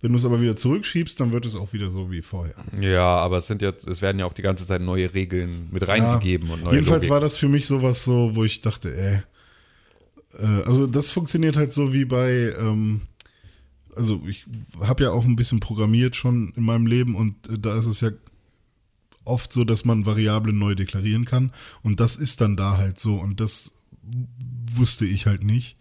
Wenn du es aber wieder zurückschiebst, dann wird es auch wieder so wie vorher.
Ja, aber es sind jetzt, es werden ja auch die ganze Zeit neue Regeln mit reingegeben und neue
Jedenfalls
Logik.
war das für mich sowas so, wo ich dachte, ey. Äh, also das funktioniert halt so wie bei, ähm, also ich habe ja auch ein bisschen programmiert schon in meinem Leben und äh, da ist es ja oft so, dass man Variablen neu deklarieren kann und das ist dann da halt so und das wusste ich halt nicht,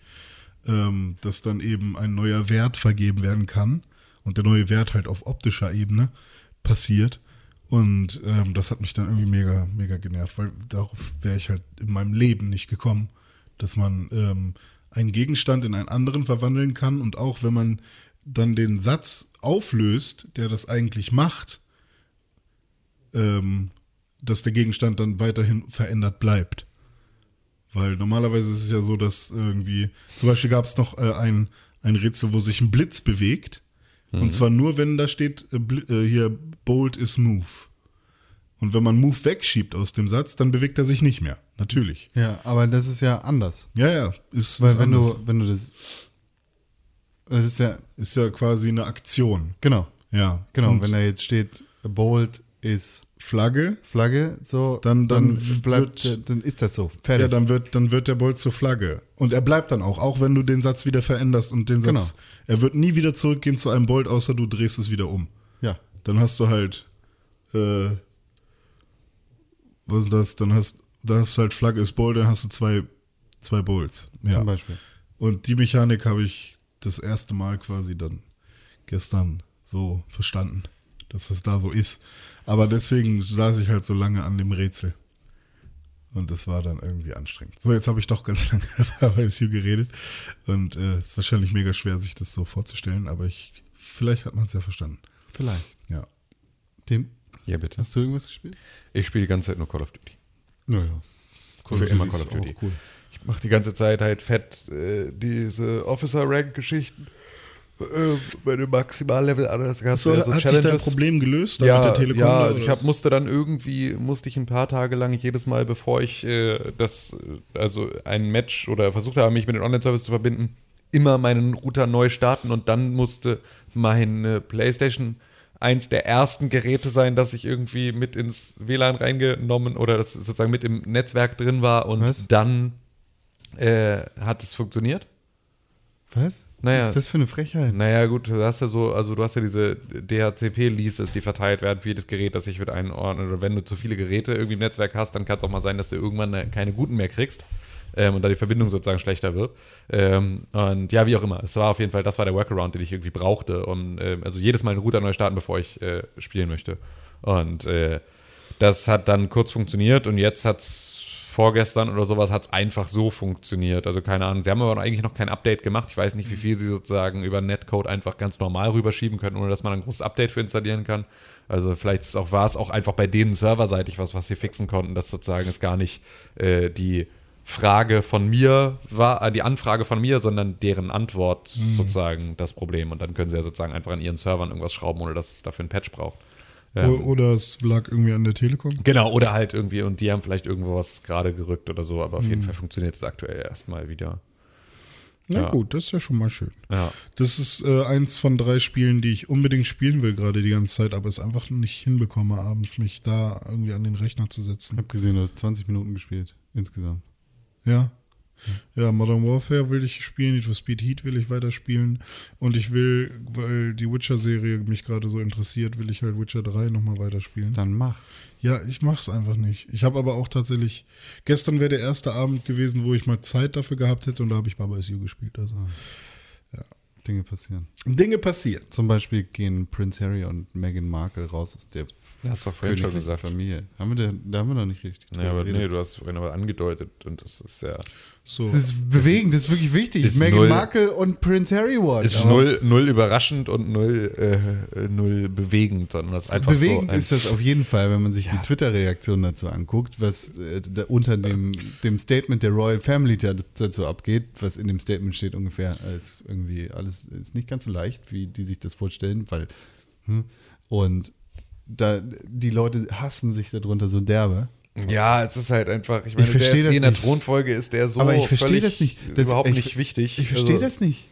ähm, dass dann eben ein neuer Wert vergeben werden kann und der neue Wert halt auf optischer Ebene passiert. Und ähm, das hat mich dann irgendwie mega, mega genervt, weil darauf wäre ich halt in meinem Leben nicht gekommen, dass man ähm, einen Gegenstand in einen anderen verwandeln kann und auch wenn man dann den Satz auflöst, der das eigentlich macht, ähm, dass der Gegenstand dann weiterhin verändert bleibt. Weil normalerweise ist es ja so, dass irgendwie, zum Beispiel gab es noch äh, ein, ein Rätsel, wo sich ein Blitz bewegt. Und zwar nur, wenn da steht, äh, Bli- äh, hier, bold is move. Und wenn man move wegschiebt aus dem Satz, dann bewegt er sich nicht mehr. Natürlich.
Ja, aber das ist ja anders.
Ja, ja. Ist,
Weil
ist
wenn
anders.
du, wenn du das. Das ist ja.
Ist ja quasi eine Aktion.
Genau.
Ja.
Genau.
Und
wenn da jetzt steht, bold ist
Flagge,
Flagge, so,
Dann- dann
bleibt,
wird-
dann ist das so.
ja,
Fertig.
dann wird, dann wird der Bolt zur Flagge. Und er bleibt dann auch, auch wenn du den Satz wieder veränderst und den Satz.
Genau.
Er wird nie wieder zurückgehen zu einem Bolt, außer du drehst es wieder um.
ja.
dann hast du halt, äh, was ist das? Dann hast, dann hast du halt Flagge ist Bowl, dann hast du zwei, zwei Bowls. Ja.
Zum Beispiel.
Und die Mechanik habe ich das erste Mal quasi dann gestern so verstanden, dass es da so ist. Aber deswegen saß ich halt so lange an dem Rätsel. Und das war dann irgendwie anstrengend. So, jetzt habe ich doch ganz lange über MCU geredet. Und es äh, ist wahrscheinlich mega schwer, sich das so vorzustellen, aber ich, vielleicht hat man es ja verstanden.
Vielleicht.
Ja.
Tim,
Ja, bitte.
hast du irgendwas gespielt?
Ich spiele die ganze Zeit nur Call of Duty.
Naja.
Cool, immer Call of Duty.
Cool.
Ich mache die ganze Zeit halt fett äh, diese Officer-Rank-Geschichten. Äh, wenn du Maximallevel anders hast,
So,
du ja
hat sich dein Problem gelöst da
ja,
mit der Telekom?
Ja,
da,
also ich
oder
hab, musste dann irgendwie, musste ich ein paar Tage lang jedes Mal, bevor ich äh, das, äh, also ein Match oder versucht habe, mich mit dem Online-Service zu verbinden, immer meinen Router neu starten und dann musste meine Playstation eins der ersten Geräte sein, dass ich irgendwie mit ins WLAN reingenommen oder das sozusagen mit im Netzwerk drin war und
Was?
dann äh, hat es funktioniert.
Was?
Naja.
Was ist das für eine Frechheit?
Naja, gut, du hast ja so, also du hast ja diese DHCP-Leases, die verteilt werden für jedes Gerät, das sich mit einordnet. Oder wenn du zu viele Geräte irgendwie im Netzwerk hast, dann kann es auch mal sein, dass du irgendwann äh, keine guten mehr kriegst. Ähm, und da die Verbindung sozusagen schlechter wird. Ähm, und ja, wie auch immer. Es war auf jeden Fall, das war der Workaround, den ich irgendwie brauchte. Und ähm, also jedes Mal einen Router neu starten, bevor ich äh, spielen möchte. Und äh, das hat dann kurz funktioniert und jetzt hat es vorgestern oder sowas hat es einfach so funktioniert. Also keine Ahnung. Sie haben aber eigentlich noch kein Update gemacht. Ich weiß nicht, wie viel sie sozusagen über Netcode einfach ganz normal rüberschieben können, ohne dass man ein großes Update für installieren kann. Also vielleicht ist auch, war es auch einfach bei denen serverseitig was, was sie fixen konnten, dass sozusagen es gar nicht äh, die Frage von mir war, äh, die Anfrage von mir, sondern deren Antwort sozusagen das Problem. Und dann können sie ja sozusagen einfach an ihren Servern irgendwas schrauben, ohne dass es dafür ein Patch braucht. Ähm, Ja.
O- oder es lag irgendwie an der Telekom?
Genau, oder halt irgendwie, und die haben vielleicht irgendwo was gerade gerückt oder so, aber auf
Mhm.
jeden Fall funktioniert es aktuell erstmal wieder.
Na
Ja.
gut, das ist ja schon mal schön.
Ja.
Das ist äh, eins von drei Spielen, die ich unbedingt spielen will gerade die ganze Zeit, aber es einfach nicht hinbekomme, abends mich da irgendwie an den Rechner zu
Ich
setzen.
habe gesehen, du hast 20 Minuten gespielt insgesamt.
Ja. Ja, Modern Warfare will ich spielen, Need for Speed Heat will ich weiterspielen und ich will, weil die Witcher-Serie mich gerade so interessiert, will ich halt Witcher 3 nochmal weiterspielen.
Dann mach.
Ja, ich mach's einfach nicht. Ich habe aber auch tatsächlich. Gestern wäre der erste Abend gewesen, wo ich mal Zeit dafür gehabt hätte und da habe ich Baba Is You gespielt. Also.
Dinge passieren.
Dinge passieren.
Zum Beispiel gehen Prince Harry und Meghan Markle raus aus der
Hast du doch vorhin schon
königlichen
gesagt.
Familie. Haben wir da, da haben wir noch nicht richtig. drüber
Ja, aber
geredet.
nee, du hast vorhin aber angedeutet und das ist ja.
So.
Das ist bewegend, das ist wirklich wichtig.
ist
Meghan
null-
Markle und Prince Harry Watch.
Ist null, null überraschend und null, äh, äh, null bewegend, sondern das ist einfach
Bewegend
so. ein-
ist das auf jeden Fall, wenn man sich die Twitter-Reaktion dazu anguckt, was äh, da unter dem, dem Statement der Royal Family da, dazu abgeht, was in dem Statement steht ungefähr, äh, ist irgendwie alles ist nicht ganz so leicht, wie die sich das vorstellen, weil hm, und da die Leute hassen sich darunter so derbe.
Ja, es ist halt einfach. Ich meine,
verstehe
der ist
das
eh in der
nicht.
Thronfolge ist der so.
Aber ich verstehe
völlig
das Oh, nicht. Das
überhaupt
ich,
nicht wichtig.
Ich verstehe
Also,
das nicht.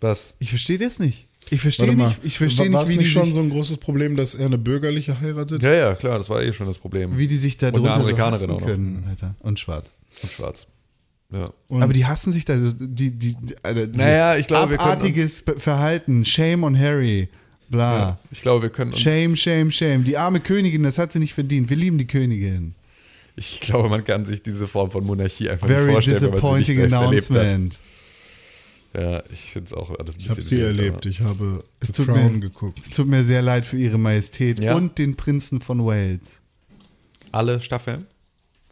Was?
Ich verstehe das nicht. Ich verstehe
mal,
nicht, ich verstehe
war
nicht,
es
wie
nicht,
die
schon
sich-
so ein großes Problem, dass er eine bürgerliche heiratet?
Ja, ja, klar, das war eh schon das Problem.
wie die sich da
Und eine
drunter so
Amerikanerin
hassen
auch noch.
können, Alter. Und schwarz.
Und schwarz. Ja.
Und-
Aber die hassen sich da, die, die, die Alter, die-
Naja, ich glaube, wir können uns-
abartiges Be- Verhalten, Shame on Harry, bla.
Ja. Ich glaube, wir können uns.
Ah. Shame, shame, shame. Die arme Königin, das hat sie nicht verdient. Wir lieben die Königin.
Ich glaube, man kann sich diese Form von Monarchie einfach nicht
Very
vorstellen, wenn man sie
disappointing
nicht selbst erlebt
announcement.
hat. Ja, ich finde es auch alles ein bisschen
Ich habe sie
wild,
erlebt.
aber-
Ich habe
Es
The
tut mir-
Crown geguckt.
Es tut mir sehr leid für ihre Majestät
Ja.
und den Prinzen von Wales.
Alle Staffeln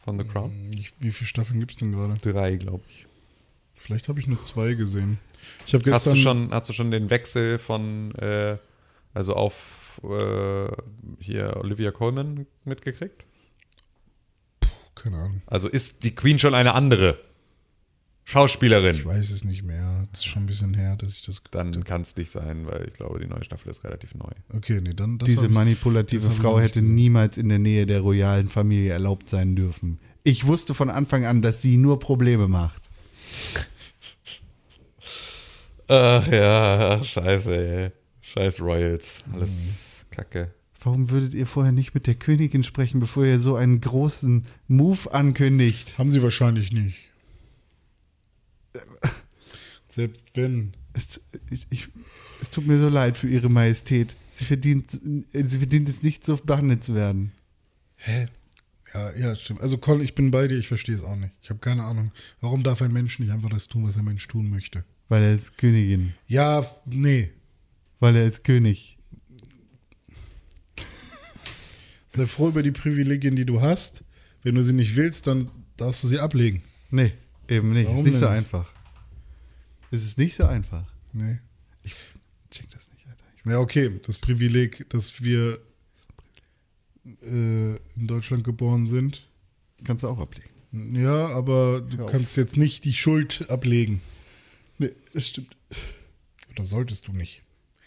von The Crown?
Ich, wie viele Staffeln gibt es denn gerade?
Drei, glaube ich.
Vielleicht habe ich nur zwei gesehen. Ich habe
Hast
gestern
du, schon, hast du schon den Wechsel von, äh, also auf äh, hier Olivia Colman mitgekriegt?
keine Ahnung.
Also ist die Queen schon eine andere Schauspielerin?
Ich weiß es nicht mehr. Das ist schon ein bisschen her, dass ich das.
Dann kann es nicht sein, weil ich glaube, die neue Staffel ist relativ neu.
Okay, nee, dann das hab
Diese
ich-
manipulative
das hab ich
Frau
nicht
hätte niemals in der Nähe der royalen Familie erlaubt sein dürfen. Ich wusste von Anfang an, dass sie nur Probleme macht.
Ach ja, scheiße, ey. Scheiß Royals. Alles kacke.
Warum würdet ihr vorher nicht mit der Königin sprechen, bevor ihr so einen großen Move ankündigt?
Haben sie wahrscheinlich nicht. Selbst wenn.
Es, ich, ich, es tut mir so leid für ihre Majestät. Sie verdient, sie verdient es nicht, so behandelt zu werden.
Hä? Ja, ja, stimmt. Also Colin, ich bin bei dir, ich verstehe es auch nicht. Ich habe keine Ahnung. Warum darf ein Mensch nicht einfach das tun, was ein Mensch tun möchte?
Weil er ist Königin.
Ja, f- nee.
Weil er ist König.
Sei froh über die Privilegien, die du hast. Wenn du sie nicht willst, dann darfst du sie ablegen.
Nee, eben nicht.
Warum
ist nicht so
denn?
einfach. Es ist nicht so einfach.
Nee.
Check das nicht, Alter. Ich-
Ja, okay. Das Privileg, dass wir äh, in Deutschland geboren sind.
Kannst du auch ablegen.
Ja, aber du
Hör auf.
kannst jetzt nicht die Schuld ablegen.
Nee, das stimmt.
Oder solltest du nicht.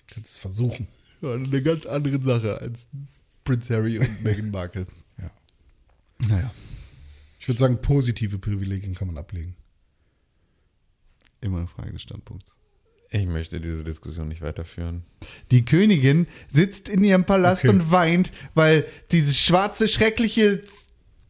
Du kannst es versuchen.
Ja, eine ganz andere Sache als Prince Harry und Meghan Markle.
Ja.
Naja,
Ich würde sagen, positive Privilegien kann man ablegen.
immer eine Frage des Standpunkts.
Ich möchte diese Diskussion nicht weiterführen.
Die Königin sitzt in ihrem Palast
Okay.
und weint, weil dieses schwarze, schreckliche Z-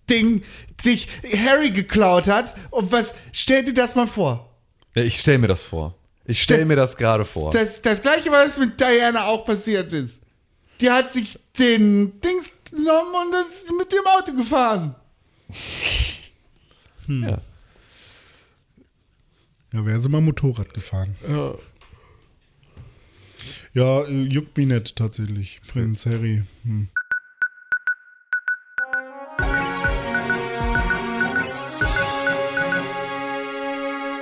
Ding sich Harry geklaut hat. Und was, stell dir das mal vor.
Ja, ich stelle mir das vor. Ich stelle
Ste-
mir das gerade vor.
Das, das gleiche, was mit Diana auch passiert ist. Die hat sich den Dings genommen und ist mit dem Auto gefahren.
Ja.
Ja, wäre sie mal Motorrad gefahren.
Ja.
Ja, äh, juckt mich nicht tatsächlich. Prinz Harry. Hm.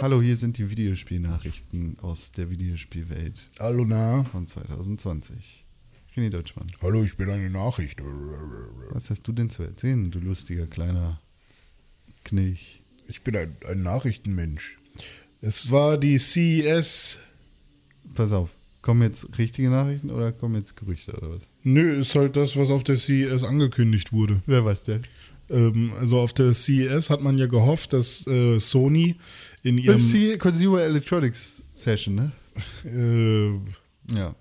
Hallo, hier sind die Videospielnachrichten aus der Videospielwelt
Hallo, na?
von 2020. René Deutschmann,
Hallo, ich bin eine Nachricht.
was hast du denn zu erzählen, du lustiger kleiner Knilch?
Ich bin ein, ein Nachrichtenmensch. Es war die E CES.
Pass auf, kommen jetzt richtige Nachrichten oder kommen jetzt Gerüchte oder was?
Nö, ist halt das, was auf der CES angekündigt wurde.
Wer weiß denn?
Ähm, also auf der CES hat man ja gehofft, dass äh, Sony in ihrem...
Die Consumer Electronics Session, ne?
äh,
Ja.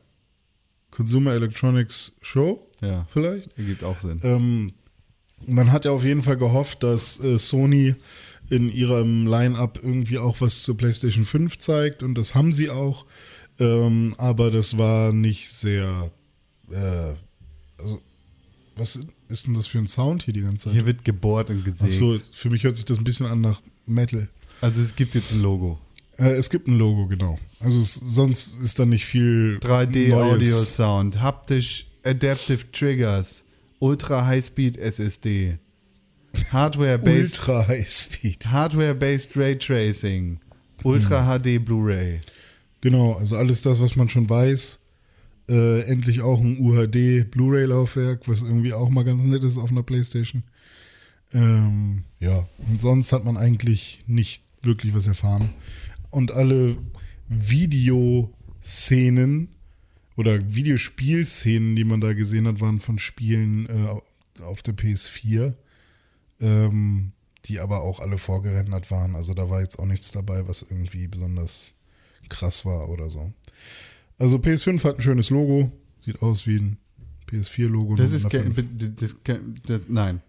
Consumer Electronics Show
Ja.
vielleicht.
Ergibt auch Sinn.
Ähm, man hat ja auf jeden Fall gehofft, dass äh, Sony in ihrem Line-up irgendwie auch was zur PlayStation 5 zeigt und das haben sie auch. Ähm, aber das war nicht sehr. Äh, also, was ist denn das für ein Sound hier die ganze Zeit?
Hier wird gebohrt und
Ach
gesägt.
so, für mich hört sich das ein bisschen an nach Metal.
Also es gibt jetzt ein Logo.
Äh, es gibt ein Logo, genau. Also, es, sonst ist da nicht viel.
3D
Neues.
Audio Sound, haptisch Adaptive Triggers, Ultra High Speed SSD, Hardware Based
Ultra High Speed.
Hardware Based Ray Tracing, Ultra HD Blu-ray.
Genau, also alles das, was man schon weiß. Äh, endlich auch ein UHD Blu-ray-Laufwerk, was irgendwie auch mal ganz nett ist auf einer Playstation. Ähm, ja, und sonst hat man eigentlich nicht wirklich was erfahren. Und alle Videoszenen oder Videospielszenen, die man da gesehen hat, waren von Spielen äh, auf der PS4, ähm, die aber auch alle vorgerendert waren. Also da war jetzt auch nichts dabei, was irgendwie besonders krass war oder so. Also PS5 hat ein schönes Logo. Sieht aus wie ein PS4-Logo.
Das
nur
ist
mit einer
kein,
fünf.
das, ist kein- das, nein,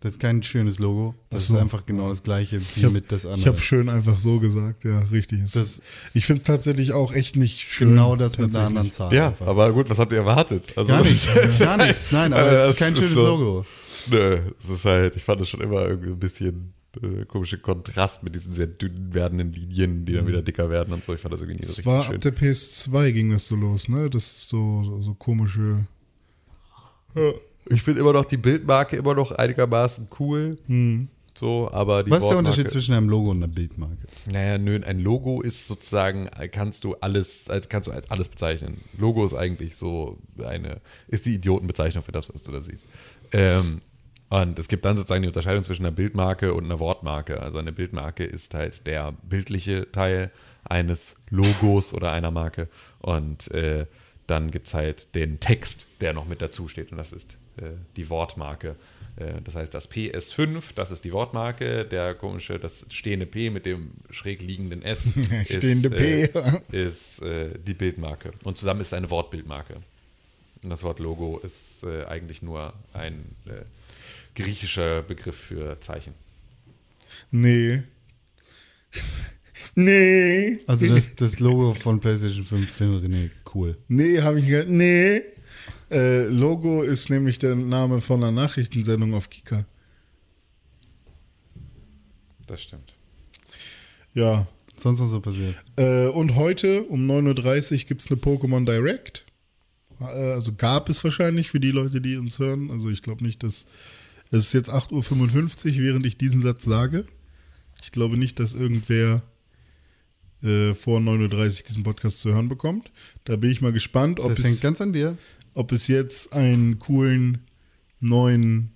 das ist kein schönes Logo. Das
so.
ist einfach genau das gleiche wie
Ich hab-
mit das
Ich
andere.
habe schön einfach so gesagt, ja, richtig. Es-
Das-
ich finde es tatsächlich auch echt nicht schön.
genau das mit einer
tatsächlich.
anderen Zahl.
Ja,
einfach.
aber gut, was habt ihr erwartet? Also,
gar nichts, gar nichts. Nein, aber
Äh,
es ist
es
kein
ist
schönes
so.
Logo.
Nö, es ist halt, ich fand es schon immer irgendwie ein bisschen äh, komischer Kontrast mit diesen sehr dünn werdenden Linien, die dann
Mhm.
wieder dicker werden und so. Ich fand das irgendwie nicht so
Das
richtig
war
schön.
ab der PS2 ging das so los, ne? Das ist so, so, so komische.
Ich finde immer noch die Bildmarke immer noch einigermaßen cool. So, aber
Mhm.
die
Was ist der
Wortmarke-
Unterschied zwischen einem Logo und einer Bildmarke?
Naja, nö, ein Logo ist sozusagen, äh, kannst du alles, als kannst du als alles bezeichnen. Logo ist eigentlich so eine, ist die Idiotenbezeichnung für das, was du da siehst. Ähm, und es gibt dann sozusagen die Unterscheidung zwischen einer Bildmarke und einer Wortmarke. Also eine Bildmarke ist halt der bildliche Teil eines Logos oder einer Marke. Und äh, dann gibt es halt den Text, der noch mit dazu steht. Und das ist äh, die Wortmarke. Äh, Das heißt, das P ist 5, das ist die Wortmarke, der komische, das stehende P mit dem schräg liegenden S ist,
Stehende P.
äh, ist äh, die Bildmarke. Und zusammen ist es eine Wortbildmarke. Und das Wort Logo ist äh, eigentlich nur ein äh, griechischer Begriff für Zeichen.
Nee. nee.
Also das, das Logo von PlayStation 5 findet René cool.
Nee, habe ich gehört. Nee. Äh, Logo ist nämlich der Name von einer Nachrichtensendung auf Kika.
Das stimmt.
Ja.
Sonst was so passiert.
Äh, und heute um 9.30 Uhr gibt es eine Pokémon Direct. Äh, Also gab es wahrscheinlich für die Leute, die uns hören. Also ich glaube nicht, dass es ist jetzt 8.55 Uhr, während ich diesen Satz sage. Ich glaube nicht, dass irgendwer äh, vor 9.30 Uhr diesen Podcast zu hören bekommt. Da bin ich mal gespannt, ob
Das hängt
es
ganz an dir.
ob es jetzt einen coolen neuen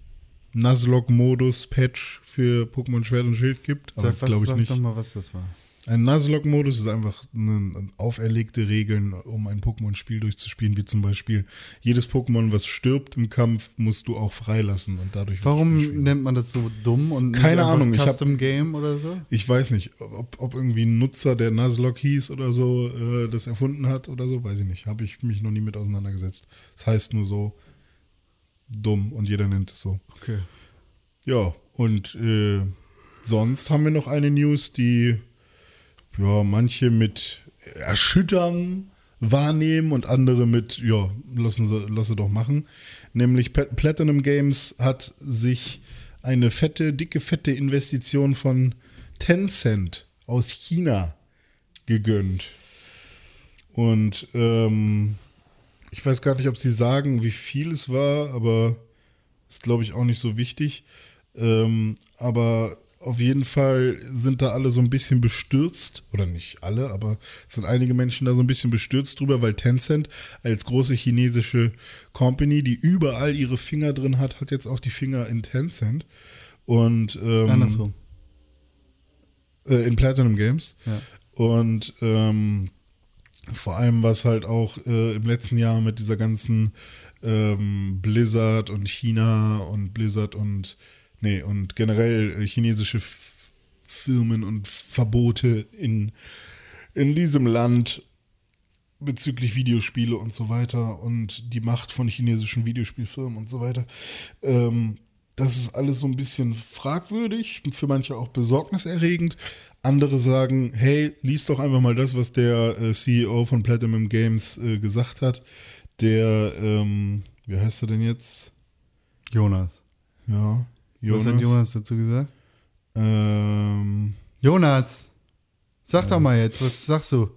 Nuzlocke-Modus-Patch für Pokémon Schwert und Schild gibt. Aber
Sag, was,
glaube ich
sag
nicht.
doch mal, was das war.
Ein Nuzlocke-Modus ist einfach eine auferlegte Regeln, um ein Pokémon-Spiel durchzuspielen, wie zum Beispiel jedes Pokémon, was stirbt im Kampf, musst du auch freilassen und dadurch wird das Spiel
Warum
schwieriger.
nennt man das so dumm und nicht
Keine
einfach
Ahnung, ich hab-
Custom Game oder so?
Ich weiß nicht, ob, ob irgendwie ein Nutzer, der Nuzlocke hieß oder so, äh, das erfunden hat oder so, weiß ich nicht. Habe ich mich noch nie mit auseinandergesetzt. Das heißt nur so dumm und jeder nennt es so.
Okay.
Ja, und äh, sonst haben wir noch eine News, die ja, manche mit Erschüttern wahrnehmen und andere mit, ja, lassen sie, lassen doch machen. Nämlich Plat- Platinum Games hat sich eine fette, dicke, fette Investition von Tencent aus China gegönnt. Und ähm, ich weiß gar nicht, ob sie sagen, wie viel es war, aber ist, glaube ich, auch nicht so wichtig. Ähm, aber auf jeden Fall sind da alle so ein bisschen bestürzt, oder nicht alle, aber es sind einige Menschen da so ein bisschen bestürzt drüber, weil Tencent als große chinesische Company, die überall ihre Finger drin hat, hat jetzt auch die Finger in Tencent. Und ähm,
Andersrum.
äh, in Platinum Games.
Ja.
Und ähm, vor allem, was halt auch äh, im letzten Jahr mit dieser ganzen ähm, Blizzard und China und Blizzard und nee, und generell äh, chinesische F Firmen und Verbote in, in diesem Land bezüglich Videospiele und so weiter und die Macht von chinesischen Videospielfirmen und so weiter. Ähm, das ist alles so ein bisschen fragwürdig, für manche auch besorgniserregend. Andere sagen, hey, lies doch einfach mal das, was der äh, CEO von Platinum Games äh, gesagt hat. Der, ähm, wie heißt er denn jetzt?
Jonas.
Ja, Jonas.
Was hat Jonas dazu gesagt?
Ähm,
Jonas! Sag doch mal jetzt, was sagst du?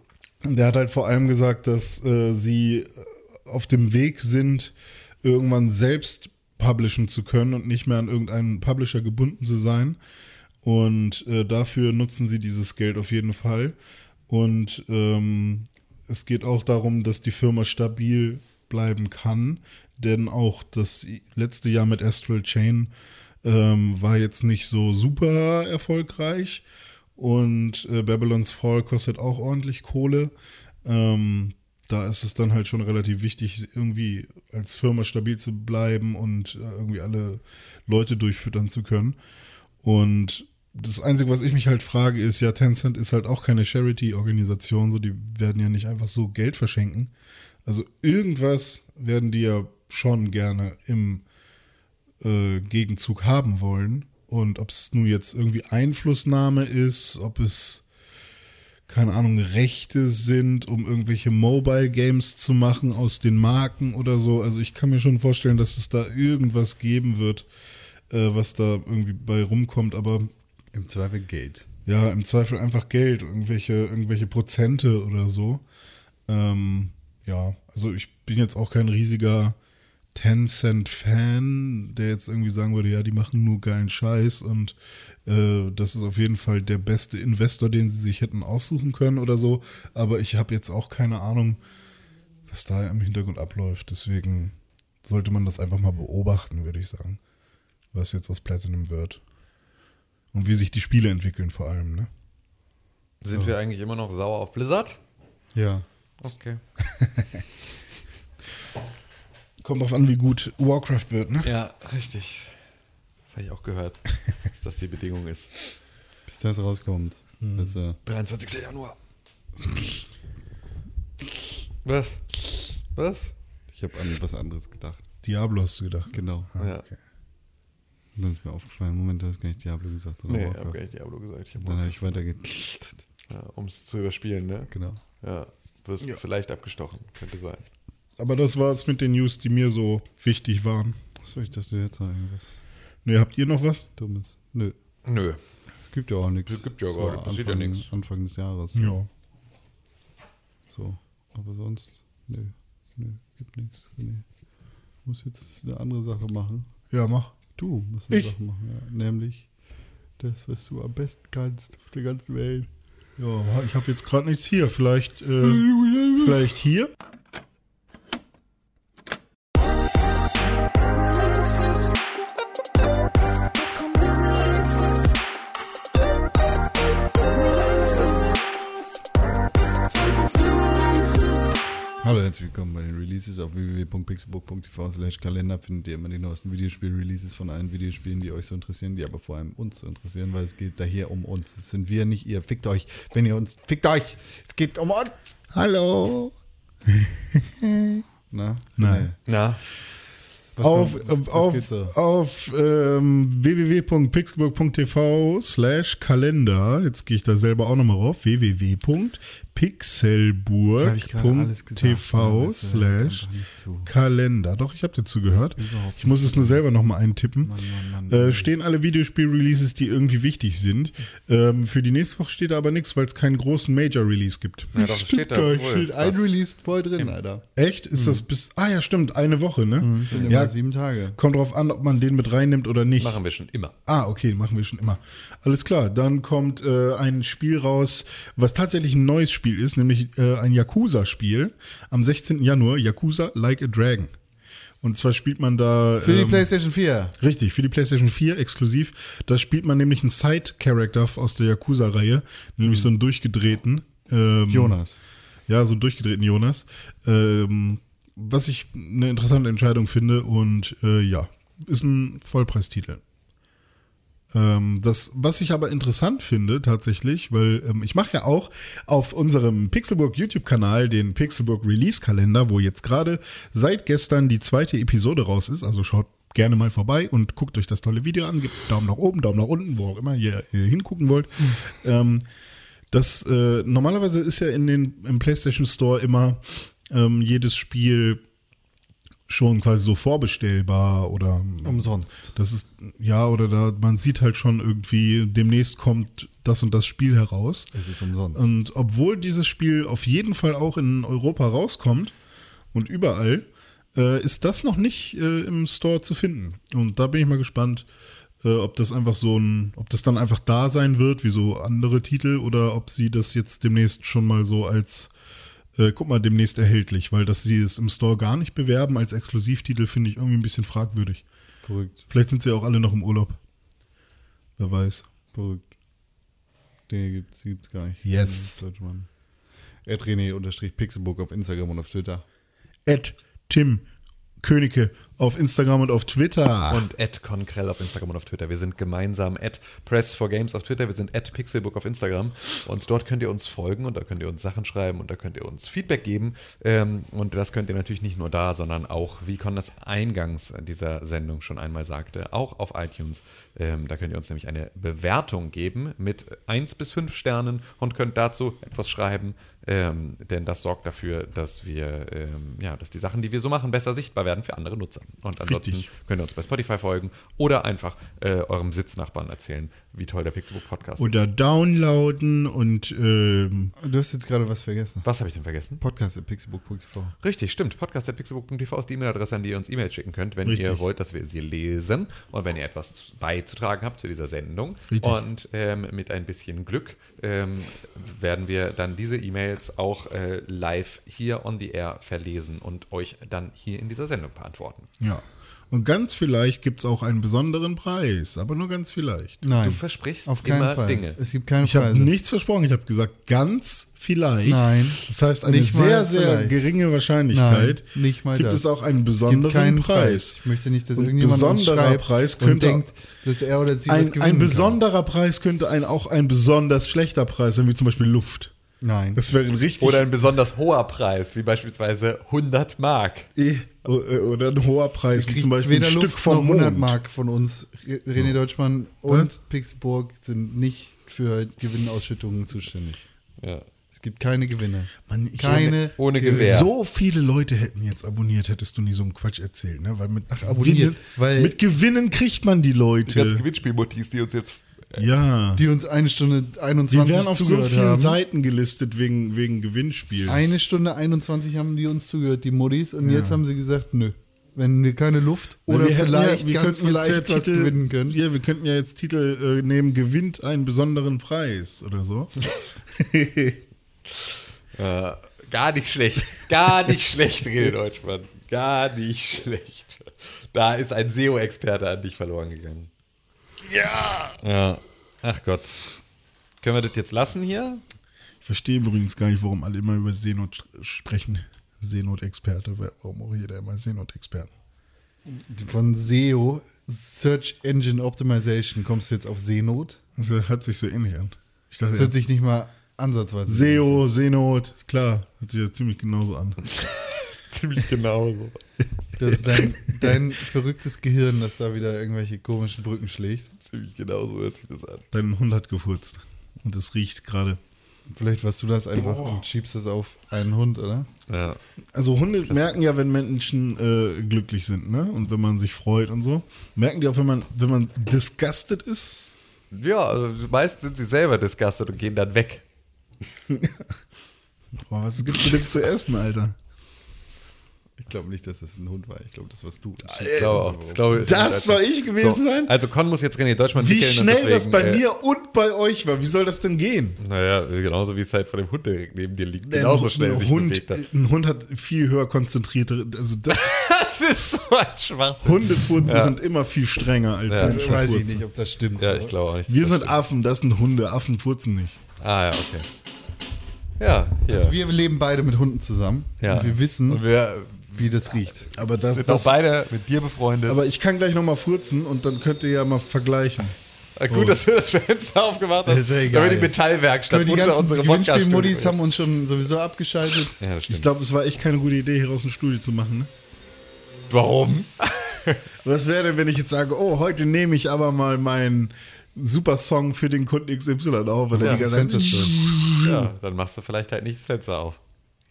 Der hat halt vor allem gesagt, dass äh, sie äh, auf dem Weg sind, irgendwann selbst publishen zu können und nicht mehr an irgendeinen Publisher gebunden zu sein. Und äh, dafür nutzen sie dieses Geld auf jeden Fall. Und ähm, es geht auch darum, dass die Firma stabil bleiben kann, denn auch das letzte Jahr mit Astral Chain ähm, war jetzt nicht so super erfolgreich. Und äh, Babylon's Fall kostet auch ordentlich Kohle. Ähm, da ist es dann halt schon relativ wichtig, irgendwie als Firma stabil zu bleiben und äh, irgendwie alle Leute durchfüttern zu können. Und das Einzige, was ich mich halt frage, ist, ja, Tencent ist halt auch keine Charity-Organisation, so, die werden ja nicht einfach so Geld verschenken. Also irgendwas werden die ja schon gerne im äh, Gegenzug haben wollen. Und ob es nun jetzt irgendwie Einflussnahme ist, ob es, keine Ahnung, Rechte sind, um irgendwelche Mobile Games zu machen aus den Marken oder so. Also ich kann mir schon vorstellen, dass es da irgendwas geben wird, äh, was da irgendwie bei rumkommt. Aber
Im Zweifel Geld.
ja, im Zweifel einfach Geld, irgendwelche, irgendwelche Prozente oder so. Ähm, ja, also ich bin jetzt auch kein riesiger Tencent-Fan, der jetzt irgendwie sagen würde, ja, die machen nur geilen Scheiß und äh, das ist auf jeden Fall der beste Investor, den sie sich hätten aussuchen können oder so. Aber ich habe jetzt auch keine Ahnung, was da im Hintergrund abläuft. Deswegen sollte man das einfach mal beobachten, würde ich sagen, was jetzt aus Platinum wird. Und wie sich die Spiele entwickeln vor allem, ne?
Sind wir eigentlich immer noch sauer auf Blizzard?
Ja.
Okay.
Kommt drauf an, wie gut Warcraft wird, ne?
Ja, richtig. Das habe ich auch gehört, dass das die Bedingung ist.
Bis das rauskommt.
Hm.
Das, äh,
23. Januar. Was? Was?
ich habe an was anderes gedacht.
Diablo hast du gedacht.
Genau.
Ah, Ja.
Und dann ist mir aufgefallen, Moment, du hast gar nicht Diablo gesagt. sondern
Nee, ich
Warcraft.
habe gar nicht Diablo gesagt. Ich hab
Dann habe ich weiter
ja, um es zu überspielen, ne?
Genau.
Ja. Wirst
Ja.
vielleicht abgestochen, könnte sein.
Aber das war's mit den News, die mir so wichtig waren.
Achso, ich dachte, du hättest noch irgendwas
Ne, habt ihr noch was?
Dummes. Nö.
Nö.
Gibt ja auch nichts.
Gibt ja gar nicht, passiert ja
Anfang,
nichts.
Anfang des Jahres.
Ja.
So. Aber sonst, nö. Nö, gibt nichts. Nee. Muss jetzt eine andere Sache machen.
Ja, mach.
Du musst eine
Ich?
Sache machen, ja. Nämlich das, was du am besten kannst auf der ganzen Welt.
Ja, ich habe jetzt gerade nichts hier. Vielleicht, äh, vielleicht hier?
Hallo, herzlich willkommen bei den Releases auf www.pixelbook.tv slash Kalender findet ihr immer die neuesten Videospiel-Releases von allen Videospielen, die euch so interessieren, die aber vor allem uns so interessieren, weil es geht da hier um uns. Es sind wir, nicht ihr. Fickt euch, wenn ihr uns... Fickt euch! Es geht um uns!
Hallo.
Na?
Nein.
Na,
Was
Auf,
kommt- was- was geht so?
auf, auf ähm, www.pixelburg.tv slash Kalender. Jetzt gehe ich da selber auch nochmal rauf.
Jetzt hab ich gerade alles gesagt, ne?
www.pixelburg.tv
Das hört
slash
einfach nicht zu.
Kalender. Doch, ich habe dir zugehört.
Das ist überhaupt
Ich muss es nur selber nochmal eintippen.
Mann, Mann, Mann.
Äh, stehen alle Videospiel-Releases, die irgendwie wichtig sind. Ähm, für die nächste Woche steht da aber nichts, weil es keinen großen Major-Release gibt.
ja, doch, steht da.
Stuttgart
Wohl.
steht ein Release voll drin, Alter.
Echt? Ist das bis. Ah ja, stimmt, eine Woche, ne?
Mhm. Sind
Ja,
immer sieben Tage.
kommt drauf an, ob man den mit reinnimmt oder nicht.
Machen wir schon immer.
Ah, okay, machen wir schon immer. Alles klar, dann kommt äh, ein Spiel raus, was tatsächlich ein neues Spiel ist, nämlich äh, ein Yakuza-Spiel am 16. Januar, Yakuza Like a Dragon. Und zwar spielt man da.
Für die
ähm,
PlayStation 4.
Richtig, für die PlayStation 4 exklusiv. Da spielt man nämlich einen Side-Character aus der Yakuza-Reihe,
Mhm.
nämlich so einen durchgedrehten. Ähm,
Jonas.
Ja, so einen durchgedrehten Jonas. Ähm, was ich eine interessante Entscheidung finde und äh, ja, ist ein Vollpreistitel. Ähm, das, was ich aber interessant finde tatsächlich, weil ähm, ich mache ja auch auf unserem Pixelburg YouTube-Kanal den Pixelburg Release-Kalender, wo jetzt gerade seit gestern die zweite Episode raus ist. Also schaut gerne mal vorbei und guckt euch das tolle Video an. Gebt Daumen nach oben, Daumen nach unten, wo auch immer ihr, ihr hingucken wollt. Ähm, das äh, normalerweise ist ja in den im PlayStation Store immer ähm, jedes Spiel schon quasi so vorbestellbar oder
Um Umsonst.
das ist, ja, oder da, man sieht halt schon irgendwie, demnächst kommt das und das Spiel heraus.
Es ist umsonst.
Und obwohl dieses Spiel auf jeden Fall auch in Europa rauskommt und überall, äh, ist das noch nicht äh, im Store zu finden. Und da bin ich mal gespannt, äh, ob das einfach so ein, ob das dann einfach da sein wird, wie so andere Titel, oder ob sie das jetzt demnächst schon mal so als äh, guck mal, demnächst erhältlich, weil dass sie es im Store gar nicht bewerben als Exklusivtitel, finde ich irgendwie ein bisschen fragwürdig.
Verrückt,
Vielleicht sind sie auch alle noch im Urlaub. Wer weiß.
verrückt. Den gibt's, gibt's gar nicht. Äh,
Yes.
Sollte man. Edrene-Pixelburg auf Instagram und auf Twitter.
Ed, Tim, Königke auf Instagram und auf Twitter.
Ah.
Und at Conkrell auf Instagram und auf Twitter. Wir sind gemeinsam at Press4Games auf Twitter. Wir sind at Pixelbook auf Instagram. Und dort könnt ihr uns folgen und da könnt ihr uns Sachen schreiben und da könnt ihr uns Feedback geben. Ähm, und das könnt ihr natürlich nicht nur da, sondern auch, wie Con das eingangs dieser Sendung schon einmal sagte, auch auf iTunes. Ähm, da könnt ihr uns nämlich eine Bewertung geben mit 1 bis 5 Sternen und könnt dazu etwas schreiben. Ähm, denn das sorgt dafür, dass wir, ähm, ja, dass die Sachen, die wir so machen, besser sichtbar werden für andere Nutzer. Und ansonsten
Richtig.
könnt ihr uns bei Spotify folgen oder einfach äh, eurem Sitznachbarn erzählen, wie toll der Pixelbook Podcast ist.
Oder downloaden und ähm,
Du hast jetzt gerade was vergessen.
Was habe ich denn vergessen?
Podcast at pixelbook.tv.
Richtig, stimmt. Podcast.pixelbook.tv ist die E-Mail-Adresse, an die ihr uns E-Mails schicken könnt, wenn
Richtig.
ihr wollt, dass wir sie lesen und wenn ihr etwas zu- beizutragen habt zu dieser Sendung.
Richtig.
Und ähm, mit ein bisschen Glück ähm, werden wir dann diese E-Mails auch äh, live hier on the air verlesen und euch dann hier in dieser Sendung beantworten.
ja. Und ganz vielleicht gibt es auch einen besonderen Preis, aber nur ganz vielleicht.
Nein.
Du versprichst
auf keinen
immer
Fall.
Dinge.
Es gibt keine
Ich habe
Preise.
nichts versprochen, ich habe gesagt, ganz vielleicht.
Nein.
Das heißt, eine
Nicht mal
sehr, sehr
vielleicht.
geringe Wahrscheinlichkeit
Nein, nicht mal
gibt
das.
es auch einen
Es gibt
besonderen
keinen
Preis.
Ich möchte nicht, dass
Und
irgendjemand uns
besonderer
schreibt
Preis
und
könnte
denkt, dass er oder sie was
Ein,
gewinnen
ein besonderer Preis könnte ein, auch ein besonders schlechter Preis sein, wie zum Beispiel Luft.
kann. Nein.
Das wäre ein richtig.
Oder ein besonders hoher Preis, wie beispielsweise 100 Mark.
Eh, o- äh, oder ein hoher Preis, wie
kriegt
zum Beispiel ein
weder
Stück
Luft
vom
noch 100
Mond.
Mark von uns. Re- René Deutschmann
Was?
und Pixburg sind nicht für Gewinnausschüttungen zuständig.
Ja.
Es gibt keine Gewinne.
Mann, ich-
keine
Ohne
Gewinne.
Gewehr.
So viele Leute hätten jetzt abonniert, hättest du nie so einen Quatsch erzählt, ne? Weil mit,
abonniert,
Gewinnen,
weil-
mit Gewinnen kriegt man die
Die ganzen
Leute.
Gewinnspielmotis, die uns jetzt
Ja.
Die uns eine Stunde
Die
21
werden auf so
zugehört
vielen
haben.
Seiten gelistet wegen, wegen Gewinnspielen.
Eine Stunde 21 haben die uns zugehört, die Muddis, und jetzt haben sie gesagt, nö. Wenn wir keine Luft
Weil
oder
wir hätten
vielleicht
ja, wir
ganz
könnten jetzt
vielleicht
ja
was
Titel,
gewinnen können.
Ja, wir könnten ja jetzt Titel äh, nehmen, gewinnt einen besonderen Preis oder so.
Äh, gar nicht schlecht. Gar nicht schlecht, René Deutschmann. Gar nicht schlecht. Da ist ein SEO-Experte an dich verloren gegangen. Ja! Ja. Ach Gott. Können wir das jetzt lassen hier?
Ich verstehe übrigens gar nicht, warum alle immer über Seenot sch- sprechen. Seenotexperte, wa- warum auch jeder immer Seenotexperten?
Von SEO, Search Engine Optimization, kommst du jetzt auf Seenot?
Das hört sich so ähnlich an. Ich dachte,
Das hört sich nicht mal ansatzweise
SEO, Seenot, klar, hört sich ja ziemlich genauso an.
Ziemlich genau so.
Das ist dein, dein verrücktes Gehirn, das da wieder irgendwelche komischen Brücken schlägt.
Ziemlich genau so hört sich das an.
Dein Hund hat gefurzt und es riecht gerade.
Vielleicht warst du das einfach und schiebst es auf einen Hund, oder?
Ja.
Also Hunde merken ja, wenn Menschen äh, glücklich sind, ne? Und wenn man sich freut und so. Merken die auch, wenn man, wenn man disgusted ist?
Ja, also meist sind sie selber disgusted und gehen dann weg.
Boah, was gibt's denn zu essen, Alter?
Ich glaube nicht, dass das ein Hund war. Ich glaube, das warst du.
Ich glaube auch. Ich glaube,
Das soll ich gewesen sein?
Also Con muss jetzt René Deutschmann
Wie
wickeln und
schnell das
deswegen,
bei
äh,
mir und bei euch war. Wie soll das denn gehen?
Naja, genauso wie es halt von dem Hund direkt neben dir liegt. Genauso schnell
ein
sich
Hund,
bewegt hat.
ein Hund hat viel höher konzentrierte. Also das,
Das ist so ein Schwachsinn.
Hundefurzen sind immer viel strenger als
Ja.
Das
Menschenfurzen.
weiß ich nicht, ob das stimmt.
Ja, ich glaube auch nicht.
Wir sind Affen, das sind Hunde. Affen furzen nicht.
Ah, ja, okay. Ja, ja.
Also wir leben beide mit Hunden zusammen.
ja.
Und wir wissen,
Und wir
wie das riecht.
Aber das,
sind auch
das
beide mit dir befreundet.
aber ich kann gleich nochmal furzen und dann könnt ihr ja mal vergleichen.
Äh, Gut, dass wir das Fenster aufgemacht haben.
Ist ja egal.
Damit die Metallwerkstatt
die
unter
ganzen
unsere podcast
Gewinnspiel-Muddis haben uns schon sowieso abgeschaltet.
Ja, das
Ich
stimmt.
glaube, es war echt keine gute Idee, hieraus ein Studio zu machen. Ne?
Warum?
Was wäre denn, wenn ich jetzt sage, oh, heute nehme ich aber mal meinen super Song für den Kunden XY auf? Und
Ja, das
dann die
Fenster
ganze Zeit,
zu.
Ja, dann machst du vielleicht halt nicht das Fenster auf.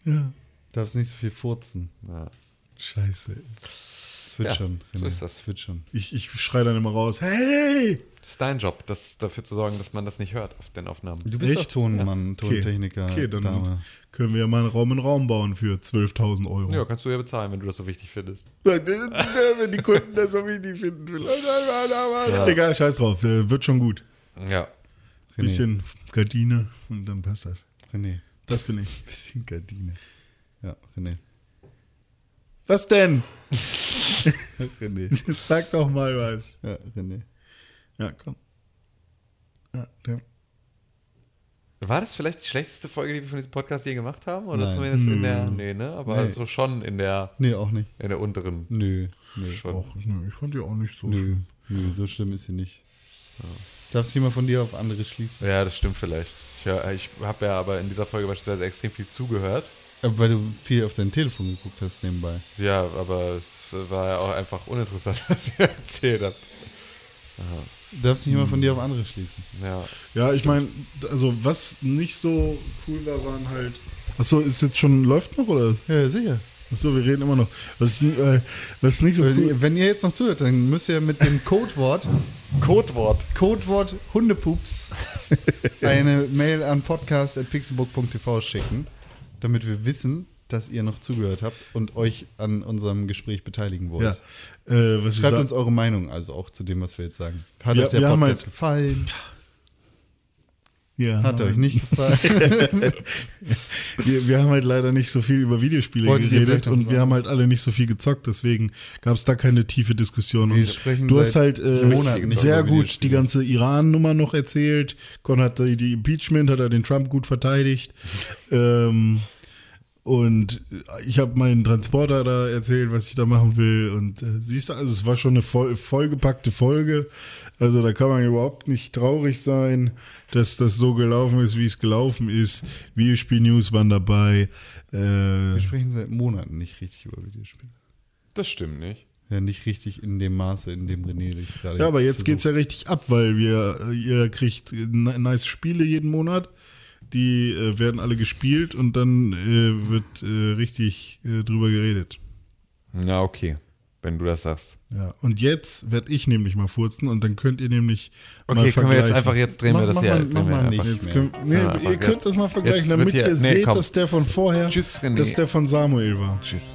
ja.
Darfst nicht so viel furzen.
Ja.
Scheiße.
Das wird
Ja,
schon.
so
René.
ist das.
wird schon.
Ich, ich schreie dann immer raus, hey!
Das ist dein Job, das, dafür zu sorgen, dass man das nicht hört auf den Aufnahmen.
Du bist
Echt?
doch Tonmann, Tontechniker.
Okay, dann
Dame.
können wir ja mal einen Raum in Raum bauen für 12.000 Euro.
Ja, kannst du ja bezahlen, wenn du das so wichtig findest.
Wenn die Kunden das irgendwie nicht finden, vielleicht.
Ja.
Egal, scheiß drauf, äh, wird schon gut.
Ja.
René.
Bisschen Gardine und dann passt das.
René.
Das bin ich.
Bisschen Gardine. Ja, René.
Was denn?
René.
Sag doch mal was.
Ja, René.
Ja, komm. Ja, der-
War das vielleicht die schlechteste Folge, die wir von diesem Podcast je gemacht haben? Oder
Nein. Mm.
zumindest in der. Nee, ne? Aber
Nee.
so schon in der,
Nee, auch nicht.
in der unteren.
Nö, nö,
Schon.
Och, nö, ich fand die auch nicht so
nö,
schlimm.
nö, so schlimm ist sie nicht. Darfst du mal von dir auf andere schließen?
Ja, das stimmt vielleicht. Ich, hör- ich habe ja aber in dieser Folge beispielsweise extrem viel zugehört.
Äh, Weil du viel auf dein Telefon geguckt hast nebenbei.
Ja, aber es war ja auch einfach uninteressant, was ihr erzählt habt.
Darfst du nicht mal
Hm.
von dir auf andere schließen?
Ja.
Ja, ich meine, also was nicht so cool war, waren halt. Achso, ist jetzt schon, läuft noch oder?
Ja, sicher.
Achso, wir reden immer noch. Was, äh, was nicht so
Wenn
cool
ihr- Wenn ihr jetzt noch zuhört, dann müsst ihr mit dem Codewort,
Codewort.
Codewort Hundepups, eine Mail an podcast.pixelbook.tv schicken, damit wir wissen, dass ihr noch zugehört habt und euch an unserem Gespräch beteiligen wollt.
Ja. Äh, was ich
Schreibt
sag-
uns eure Meinung also auch zu dem, was wir jetzt sagen. Hat
Ja,
euch der
wir haben
Podcast
halt-
gefallen?
ja,
Hat er euch nicht gefallen?
Wir, wir haben halt leider nicht so viel über Videospiele
Wolltet ihr vielleicht
geredet
noch
und
sagen?
wir haben halt alle nicht so viel gezockt, deswegen gab es da keine tiefe Diskussion.
Wir
Und
sprechen
du
seit
hast halt äh,
Monaten nicht
sehr
über
gut
Videospiele.
die ganze Iran-Nummer noch erzählt. Con hat die, die Impeachment, hat er den Trump gut verteidigt. ähm, und ich habe meinen Transporter da erzählt, was ich da machen will. Und äh, siehst du, also es war schon eine voll, vollgepackte Folge. Also da kann man überhaupt nicht traurig sein, dass das so gelaufen ist, wie es gelaufen ist. Videospiel-News waren dabei. Äh,
Wir sprechen seit Monaten nicht richtig über Videospiele.
Das stimmt nicht.
Ja, nicht richtig in dem Maße, in dem René das gerade
ja, aber jetzt
versucht.
geht's ja richtig ab, weil wir, ihr kriegt äh, ni- nice Spiele jeden Monat. Die äh, werden alle gespielt und dann äh, wird äh, richtig äh, drüber geredet.
Na, okay. Wenn du das sagst.
Ja, und jetzt werde ich nämlich mal furzen und dann könnt ihr nämlich mal
Okay, können wir jetzt
vergleichen.
einfach, jetzt drehen wir
Mach-
das
mach
hier. halt,
mal- mach
drehen wir
mal
einfach.
nicht.
Jetzt können, nee,
Ja,
ihr
einfach
könnt
jetzt.
das mal vergleichen,
Jetzt
damit
wird hier-
ihr
nee,
seht,
komm.
dass der von vorher,
Tschüss, René.
dass der von Samuel war.
Tschüss.